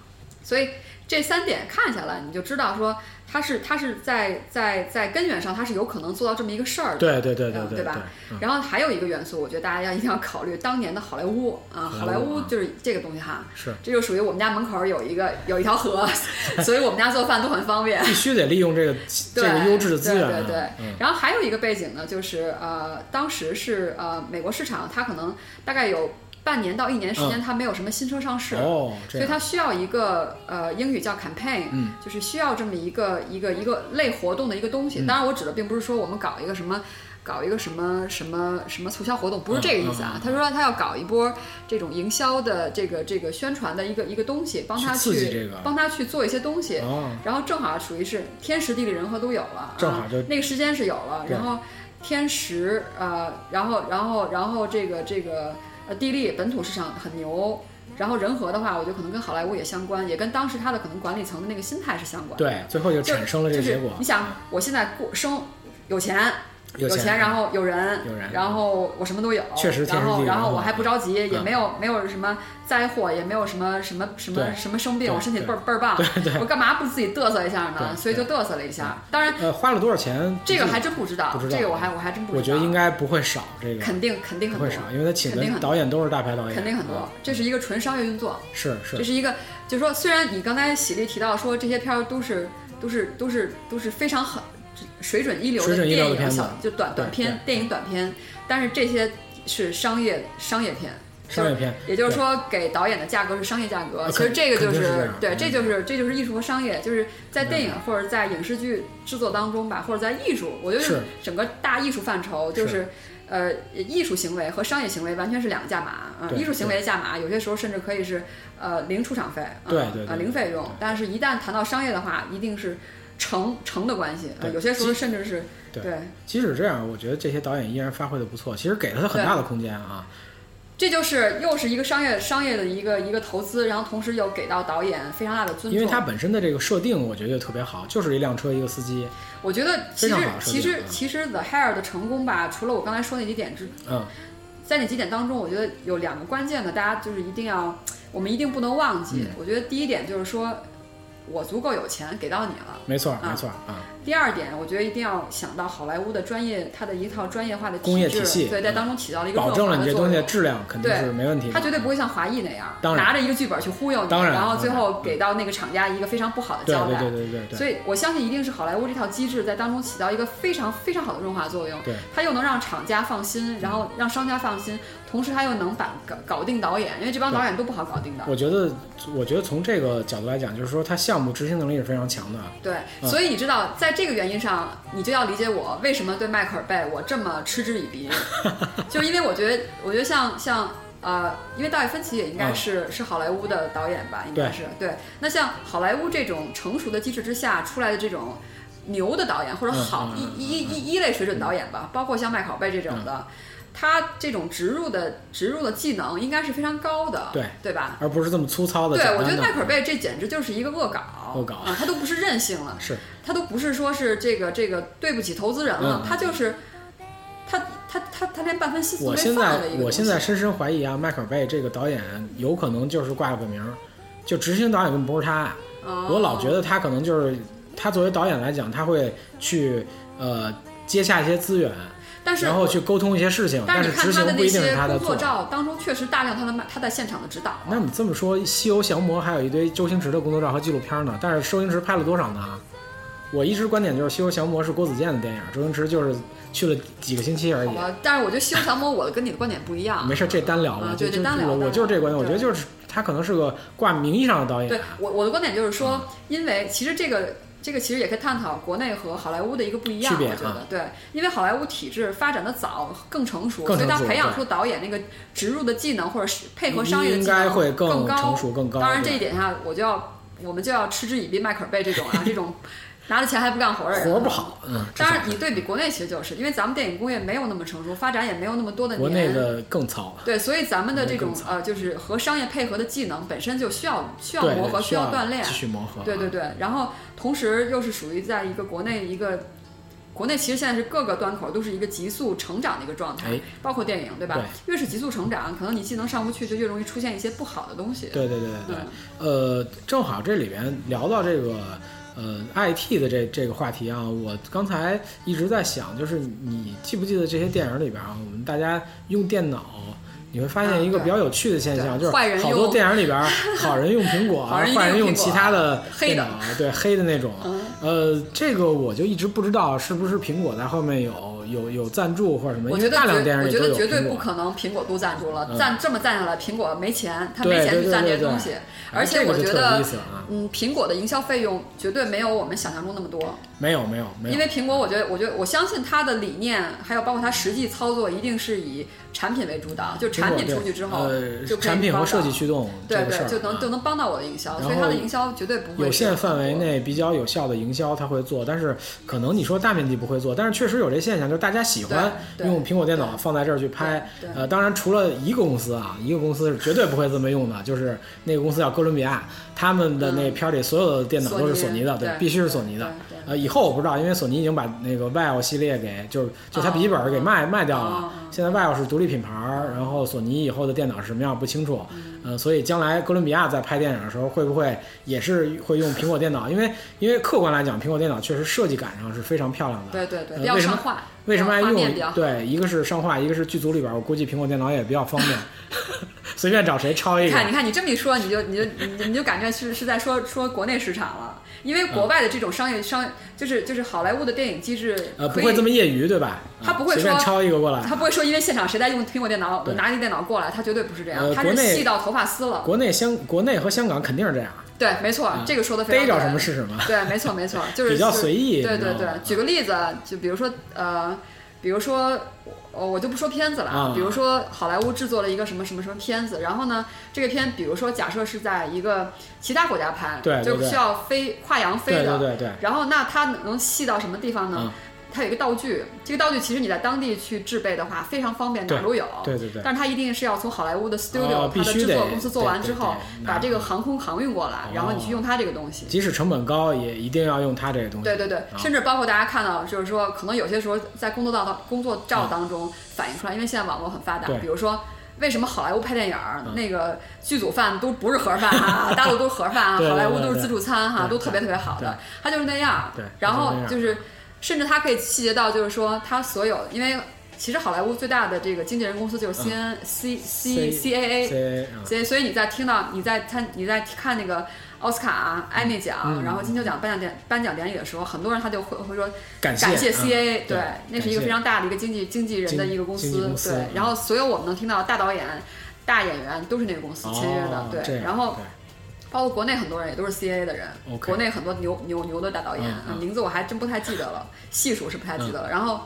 S2: 所以这三点看下来，你就知道说它是它是在在在根源上它是有可能做到这么一个事儿的。
S1: 对对对对
S2: 嗯
S1: 对
S2: 对吧然后还有一个元素，我觉得大家要一定要考虑当年的好莱坞啊，
S1: 好
S2: 好
S1: 莱
S2: 莱
S1: 坞
S2: 坞
S1: 啊
S2: 就是这个东西哈，
S1: 是
S2: 这就属于我们家门口有一个有一条河，所以 我们家做饭都很方便。
S1: 必须得利用这个 这
S2: 对
S1: 个优质的资源啊，
S2: 对对对
S1: 嗯
S2: 然后还有一个背景呢，就是呃，当时是呃，美国市场它可能大概有半年到一年
S1: 嗯
S2: 时间，它没有什么新车上市，
S1: 哦，这
S2: 所以
S1: 样
S2: 它需要一个呃，英语叫 campaign，、
S1: 嗯
S2: 就是需要这么一个一个一个类活动的一个东西。
S1: 嗯
S2: 当然，我指的并不是说我们搞一个什么。搞一个什么什么什么促销活动，不是这个意思啊。
S1: 嗯嗯嗯
S2: 他说他要搞一波这种营销的这个这个宣传的一个一个东西，帮他
S1: 去刺
S2: 去
S1: 激这个
S2: 帮他去做一些东西。
S1: 哦，
S2: 然后正好属于是天时地利人和都有了，
S1: 正好就
S2: 啊、那个时间是有了，
S1: 对
S2: 然后天时呃，然后然后然后这个这个呃地利本土市场很牛，然后人和的话，我觉得可能跟好莱坞也相关，也跟当时他的可能管理层的那个心态是相关的。
S1: 对，最后就
S2: 就
S1: 产生了这
S2: 就
S1: 个
S2: 是
S1: 结果，
S2: 你想，我现在过生有钱。
S1: 有钱
S2: 钱，然后有人，
S1: 有人
S2: 然后我什么都有，
S1: 确实天时
S2: 然
S1: 地
S2: 后
S1: 利
S2: 然
S1: 人
S2: 后
S1: 和
S2: 我还不着急，也
S1: 嗯
S2: 没有没有什么灾祸，也没有什么什么什么
S1: 对
S2: 什么生病，
S1: 对
S2: 我身体
S1: 对
S2: 倍儿倍儿棒， 我干嘛不自己嘚瑟一下呢？
S1: 对
S2: 所以就嘚瑟了一下。当然，
S1: 呃，花了多少钱？
S2: 这个还真不知道
S1: 不知，道
S2: 这个我还我还真不知道。
S1: 我觉得应该不会少，这个
S2: 肯定肯定
S1: 不
S2: 很
S1: 会
S2: 多，
S1: 少，因为他请
S2: 肯定
S1: 的
S2: 很
S1: 导演都是大牌导演，
S2: 肯定很多
S1: 啊。
S2: 这是一个纯商业运作，
S1: 是
S2: 这
S1: 是，
S2: 是一个，就是说，虽然你刚才喜力提到说这些片儿都是都是都是都是非常很水准一流
S1: 水
S2: 的
S1: 准一流的
S2: 电
S1: 片
S2: 影
S1: 子
S2: 小就短
S1: 对
S2: 短片
S1: 对
S2: 电影短片，但是这些是商业商业片。
S1: 商业片，
S2: 也就是说，给导演的价格是商业价格。
S1: 啊
S2: 其实这个就
S1: 肯定是这样
S2: 对，
S1: 嗯
S2: 这就是这就是艺术和商业，就是在电影或者在影视剧制作当中吧，或者在艺术，我觉
S1: 是
S2: 得整个大艺术范畴就是是。呃，艺术行为和商业行为完全是两个价码啊、
S1: 对
S2: 艺术行为的价码，有些时候甚至可以是呃零出场费，啊
S1: 对对对
S2: 呃零费用。但是，一旦谈到商业的话，一定是成成的关系。呃
S1: 对
S2: 有些时候甚至是
S1: 对
S2: 对，
S1: 即使这样，我觉得这些导演依然发挥的不错，其实给了他很大的空间啊，
S2: 这就是又是一个商业商业的一个一个投资，然后同时又给到导演非常大的尊重。
S1: 因为他本身的这个设定，我觉得就特别好，就是一辆车一个司机，
S2: 我觉得其
S1: 非
S2: 实
S1: 常好设计
S2: 其实
S1: 嗯
S2: 其实 The Hair 的成功吧，除了我刚才说那几点之，
S1: 嗯，
S2: 在那几点当中，我觉得有
S1: 嗯
S2: 两个关键的，大家就是一定要，我们一定不能忘记。我觉得第一点就是说，我足够有钱给到你了。
S1: 没错，
S2: 啊
S1: 没错啊，
S2: 第二点，我觉得一定要想到好莱坞的专业，它的一套专业化的
S1: 工业
S2: 制
S1: 体系
S2: 对，在当中起到了一个
S1: 保
S2: 润
S1: 证
S2: 滑
S1: 了你
S2: 的
S1: 这
S2: 作
S1: 东西的
S2: 用。
S1: 质量肯定
S2: 对
S1: 是没问题的。
S2: 它绝对不会像华裔那样，
S1: 当然
S2: 拿着一个剧本去忽悠你，
S1: 当然
S2: 后最
S1: 当
S2: 后给到那个厂家一个非常不好的
S1: 对
S2: 交代。
S1: 对对对对
S2: 所
S1: 对
S2: 以我相信，一定是好莱坞这套机制在当中起到一个非常非常好的润滑作用。
S1: 对，
S2: 它又能让厂家放心，然后让商家放心，同时它又能把搞搞定导演，因为这帮导演都不好搞定的。
S1: 我觉得，我觉得从这个角度来讲，就是说它项目执行能力是非常强的。
S2: 对，
S1: 嗯
S2: 所以你知道，在这个原因上，你就要理解我为什么对迈克尔贝我这么嗤之以 鼻，就是因为我觉得，我觉得像像呃，因为大卫芬奇也应该
S1: 嗯
S2: 是、是好莱坞的导演吧，应该
S1: 对
S2: 是对。那像好莱坞这种成熟的机制之下出来的这种牛的导演，或者
S1: 嗯
S2: 好、
S1: 嗯
S2: 一一一一类水准导演吧，包括像迈克尔贝这种的。他这种植入的植入的技能应该是非常高的，
S1: 对
S2: 对吧？
S1: 而不是这么粗糙的。
S2: 对，
S1: 简
S2: 我觉
S1: 单
S2: 得
S1: 的
S2: 迈克尔贝这简直就是一个恶搞，
S1: 恶搞
S2: 啊，他都不是任性了，
S1: 是
S2: 他都不是说是这个这个对不起投资人了
S1: 嗯，
S2: 他就是他他他他连半分心思都
S1: 我
S2: 没
S1: 现
S2: 放
S1: 在
S2: 的一个
S1: 我
S2: 东
S1: 现
S2: 西。
S1: 在深深怀疑啊，迈克尔贝这个导演有可能就是挂了个名儿，就执行导演根本不是他。啊
S2: 哦
S1: 我老觉得他可能就是他作为导演来讲，他会去呃接下一些资源，
S2: 但是
S1: 然后去沟通一些事情，但执
S2: 但是你
S1: 行
S2: 看他的
S1: 不
S2: 那
S1: 一定
S2: 些
S1: 是他的
S2: 工
S1: 做。
S2: 作照当中，确实大量他的他在现场的指导啊。
S1: 那你这么说，《西游降魔》还有一堆周星驰的工作照和纪录片呢，但是周星驰拍了多少呢？我一直观点就是，《西游降魔》是郭子健的电影，周星驰就是去了几个星期而已
S2: 好。吧，但是我觉得《西游降魔》，我跟你的观点不一样。
S1: 没事，这单聊吧，
S2: 嗯
S1: 就
S2: 对
S1: 就
S2: 这单聊
S1: 我
S2: 单聊
S1: 我就是这个观点，我觉得
S2: 对
S1: 就是他可能是个挂名义上的导演，
S2: 对我我的观点就是说，
S1: 嗯
S2: 因为其实这个这个其实也可以探讨国内和好莱坞的一个不一样，
S1: 区别
S2: 我觉
S1: 啊
S2: 得对，因为好莱坞体制发展的早，更成熟，
S1: 更
S2: 所以它
S1: 成熟
S2: 培养
S1: 对
S2: 出导演那个植入的技能或者是配合商业的
S1: 应
S2: 技
S1: 该
S2: 能
S1: 会
S2: 更高
S1: 成熟更高。
S2: 当然这一
S1: 对
S2: 点上，我就要我们就要嗤之以鼻迈克尔贝这种啊，这种拿着钱还不干活的人，啊
S1: 活儿不。好，嗯，
S2: 当然，
S1: 至
S2: 你对比国内其实就是因为咱们电影工业没有那么成熟，发展也没有那么多的
S1: 少国
S2: 年，
S1: 内的更糙，
S2: 对，所以咱们的这种
S1: 更惨
S2: 呃，就是和商业配合的技能本身就需要需要
S1: 对，
S2: 磨合，
S1: 需
S2: 需要锻炼
S1: 继，续磨合，
S2: 对对，对。然后同时又是属于在一个国内一个，国内其实现在是各个端口都是一个急速成长的一个状态，
S1: 哎，
S2: 包括电影，对吧？越是急速成长，可能你技能上不去，就越容易出现一些不好的东西。
S1: 对对对对对
S2: 嗯，
S1: 呃，正好这里边聊到这个呃 IT 的这这个话题啊，我刚才一直在想，就是你记不记得这些电影里边啊，我们大家用电脑。你会发现一个
S2: 啊对
S1: 比较有趣的现象，
S2: 对
S1: 就是
S2: 坏人
S1: 好多
S2: 用
S1: 电影 里边，好人用苹果，啊
S2: 好人用
S1: 坏人
S2: 苹
S1: 用
S2: 果
S1: 其他的
S2: 黑
S1: 电
S2: 的
S1: 脑，啊对黑的那种。
S2: 嗯，
S1: 呃，这个我就一直不知道是不是苹果在后面有有有赞助或者什么，
S2: 我
S1: 因
S2: 觉
S1: 为
S2: 得
S1: 大量
S2: 绝
S1: 电影
S2: 我
S1: 里
S2: 觉
S1: 都
S2: 得
S1: 有
S2: 绝对
S1: 苹
S2: 不
S1: 果。
S2: 可能苹果都赞助了，
S1: 嗯
S2: 赞这么赞下来，苹果没钱，他
S1: 对
S2: 没钱
S1: 对
S2: 去
S1: 对
S2: 赞这
S1: 对
S2: 些东
S1: 对
S2: 西。
S1: 反
S2: 而
S1: 正
S2: 且
S1: 这个
S2: 我
S1: 就
S2: 觉
S1: 特有
S2: 得
S1: 意思了啊，
S2: 嗯，苹果的营销费用绝对没有我们想象中那么多。
S1: 没有没有没有，
S2: 因为苹果，我觉得，我觉得我相信它的理念，还有包括它实际操作，一定是以产品为主导，就
S1: 苹
S2: 产
S1: 果
S2: 品
S1: 对
S2: 出去之后
S1: 呃，
S2: 就可以
S1: 产品和
S2: 帮
S1: 设计
S2: 到
S1: 驱动这
S2: 对
S1: 个事儿
S2: 对，就能
S1: 啊
S2: 就能帮到我的营销，所以
S1: 然
S2: 它的
S1: 后
S2: 营销绝对不会
S1: 有限
S2: 是
S1: 范围
S2: 很多。
S1: 内比较有效的营销，它会做，但是可能你说大面积不会做，但是确实有这现象，就是大家喜欢
S2: 对对
S1: 用苹果电脑放在这儿去拍。
S2: 对
S1: 呃，当然除了一个公司啊，一个公司是绝对不会这么用的，就是那个公司叫哥伦比亚，他们的那片儿里所有的电脑都是索尼的，
S2: 嗯对，
S1: 必须是索尼的。
S2: 对。对
S1: 呃，以后我不知道，因为索尼已经把那个 VIVO 系列给就是就它笔记本给卖、卖掉了。
S2: 哦
S1: 现在 VIVO 是独立品牌儿，然后索尼以后的电脑是什么样不清楚。嗯、所以将来哥伦比亚在拍电影的时候，会不会也是会用苹果电脑？因为因为客观来讲，苹果电脑确实设计感上是非常漂亮的。
S2: 对对对，
S1: 呃
S2: 比较
S1: 为什么
S2: 上话，
S1: 为什么爱
S2: 画
S1: 用
S2: 面比较？好
S1: 对，一个是上画，一个是剧组里边，我估计苹果电脑也比较方 便，随便找谁抄一
S2: 你
S1: 个。
S2: 看，你看，你这么一说，你就你就你就你就感觉是是在说说国内市场了，因
S1: 嗯
S2: 为国外的这种商业商就是就是好莱坞的电影机制
S1: 呃，
S2: 可
S1: 不
S2: 以
S1: 会这么业余对吧？
S2: 他
S1: 啊
S2: 不会
S1: 随便
S2: 说
S1: 抄一个过来。
S2: 他不会说因为现场谁在用苹果电脑，我
S1: 对
S2: 拿你电脑过来，他绝对不是这样，
S1: 呃
S2: 他
S1: 国
S2: 是
S1: 内
S2: 细到头发丝了。
S1: 国内香国内和香港肯定是这样，
S2: 对，没错，这个说的非
S1: 逮
S2: 常
S1: 着
S2: 对
S1: 什么是什么。
S2: 对，没错没错，就是
S1: 比较
S2: 就是
S1: 随意
S2: 对
S1: 你知道
S2: 对对
S1: 吗，
S2: 举个例子，啊就比如说呃，比如说我我就不说片子了，
S1: 啊
S2: 比如说好莱坞制作了一个什么什么什么片子，然后呢，这个片比如说假设是在一个其他国家拍，
S1: 对对
S2: 就是需要飞跨洋飞的，
S1: 对对对对，
S2: 然后那它能细到什么地方呢？
S1: 嗯
S2: 它有一个道具，这个道具其实你在当地去制备的话非常方便，哪
S1: 对
S2: 儿都有。
S1: 对对对
S2: 但是它一定是要从好莱坞的 studio，、
S1: 哦必
S2: 它的
S1: 须
S2: 制
S1: 得
S2: 作公司做完之后
S1: 对对，对
S2: 把这个航空航运过来，然后你去用它这个东西。
S1: 即使成本高，也一定要用它这个东西。啊
S2: 对对对，甚至包括大家看到，就是说，可能有些时候在工作照当工作照当中反映出来，因为现在网络很发达
S1: 对，
S2: 比如说为什么好莱坞拍电影儿、那个剧组饭都不是盒饭啊，大陆都是盒饭啊，
S1: 对对
S2: 好莱坞
S1: 对
S2: 都是
S1: 对
S2: 自助餐哈、
S1: 对
S2: 都特别特别好的，他就是那样。
S1: 对
S2: 然
S1: 它就是
S2: 后
S1: 那样
S2: 就是，甚至他可以细节到，就是说他所有，因为其实好莱坞最大的这个经纪人公司就是 C N C C C A A，
S1: C 啊，
S2: 所以，所以你在听到你在参你在看那个奥斯卡、艾美奖，
S1: 嗯
S2: 然后金球奖颁奖典颁奖典礼的时候，很多人他就会会说
S1: 感谢
S2: 感谢
S1: 嗯
S2: CAA，、
S1: 对
S2: 那是一
S1: 感谢
S2: 个非常大的一个经济经纪人的一个公
S1: 经经纪
S2: 司，
S1: 公司
S2: 对
S1: 嗯。
S2: 然后，所有我们能听到的大导演、大演员都是那个公司签约的，
S1: 哦这
S2: 对。
S1: 样
S2: 然后
S1: 对，
S2: 包括国内很多人也都是 CAA 的人
S1: OK
S2: 国内很多牛牛牛的大导演、
S1: 嗯嗯
S2: 啊名字我还真不太记得 了，系数是不太记得了。然后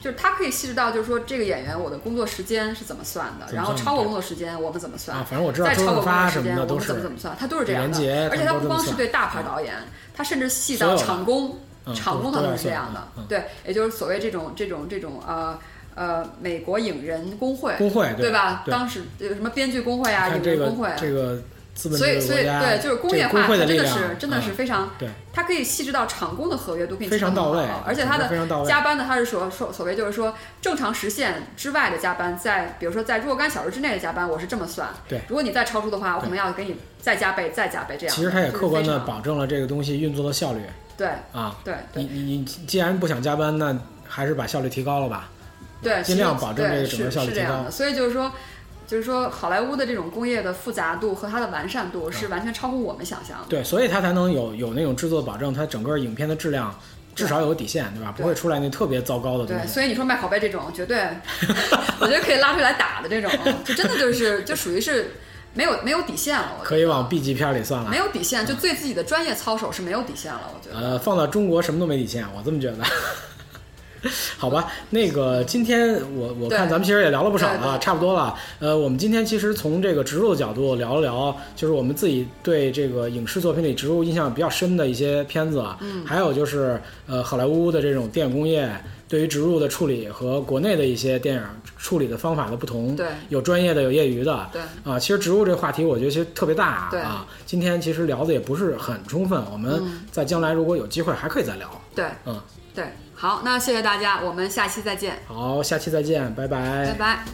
S2: 就是他可以细致到，就是说这个演员我的工作时间是怎么算的，
S1: 怎么
S2: 然后
S1: 算
S2: 超
S1: 的
S2: 过工作时间我们怎么算，
S1: 啊反正我知道
S2: 再
S1: 周
S2: 超过
S1: 润
S2: 工
S1: 发
S2: 作
S1: 什
S2: 时
S1: 么
S2: 间
S1: 的
S2: 我
S1: 都
S2: 们
S1: 是
S2: 怎么怎么算，他都是这样
S1: 李连杰
S2: 的。而且
S1: 他
S2: 他
S1: 们都
S2: 不光
S1: 这
S2: 是
S1: 么算嗯
S2: 对大牌导演，他甚至细
S1: 所
S2: 到
S1: 有的
S2: 场工
S1: 嗯，
S2: 场工
S1: 都
S2: 他
S1: 都
S2: 都
S1: 要
S2: 是这样
S1: 算
S2: 的
S1: 嗯嗯，
S2: 对，也就是所谓这种这种这种呃。呃，美国影人工会，
S1: 工会对
S2: 对吧？
S1: 对
S2: 当时有什么编剧工会啊，
S1: 看
S2: 影
S1: 这
S2: 人
S1: 个
S2: 工会，
S1: 这个资本
S2: 所
S1: 主
S2: 以
S1: 义
S2: 所
S1: 国
S2: 以
S1: 家，
S2: 对，就是工业化，
S1: 这个工会
S2: 它
S1: 的力
S2: 真的
S1: 量嗯
S2: 是真的是非常，
S1: 对
S2: 它可以细致到厂工的合约都可以
S1: 非常
S2: 细得很
S1: 到位嗯
S2: 好而且它
S1: 非常到
S2: 的
S1: 位
S2: 加班呢，它是所所所谓就是说正常时限之外的加班，在比如说在若干小时之内的加班，我是这么算，
S1: 对
S2: 如果你再超出的话，我可能要给你再加倍再加倍这样的，
S1: 其实它也
S2: 就是
S1: 客观
S2: 非
S1: 的
S2: 常
S1: 保证了这个东西运作的效率
S2: 对
S1: 啊。
S2: 对
S1: 你
S2: 对
S1: 你你既然不想加班，那还是把效率提高了吧？
S2: 对，
S1: 尽量
S2: 其实
S1: 保证这个整个
S2: 对
S1: 效率
S2: 是
S1: 提
S2: 是这
S1: 高
S2: 样的，所以就是说。就是说，好莱坞的这种工业的复杂度和它的完善度
S1: 嗯
S2: 是完全超乎我们想象的。
S1: 对，所以它才能有有那种制作保证，它整个影片的质量至少有个底线，对吧？不
S2: 对
S1: 会出来那特别糟糕的
S2: 对，
S1: 东西。
S2: 所以你说卖拷贝这种，绝对，我觉得可以拉出来打的这种，就真的就是就属于是没有没有底线了，我觉
S1: 可以往 B 级片里算
S2: 得
S1: 了
S2: 没。有底线，就对自己的专业操守是没有底线了，我觉得。
S1: 呃，放到中国什么都没底线，我这么觉得。 好吧，那个今天我我
S2: 对
S1: 看咱们其实也聊了不少
S2: 对
S1: 了，
S2: 对
S1: 差不多了。呃，我们今天其实从这个植入的角度聊了聊，就是我们自己对这个影视作品里植入印象比较深的一些片子，嗯，还有就是呃好莱坞的这种电影工业对于植入的处理和国内的一些电影处理的方法的不同，
S2: 对
S1: 有专业的，有业余的，
S2: 对
S1: 啊，其实植入这个话题，我觉得其实特别大啊
S2: 对
S1: 啊。今天其实聊的也不是很充分，我们在将来如果有机会还可以再聊。
S2: 对
S1: 嗯，
S2: 对，好，那谢谢大家，我们下期再见，
S1: 好，下期再见，拜拜
S2: 拜拜。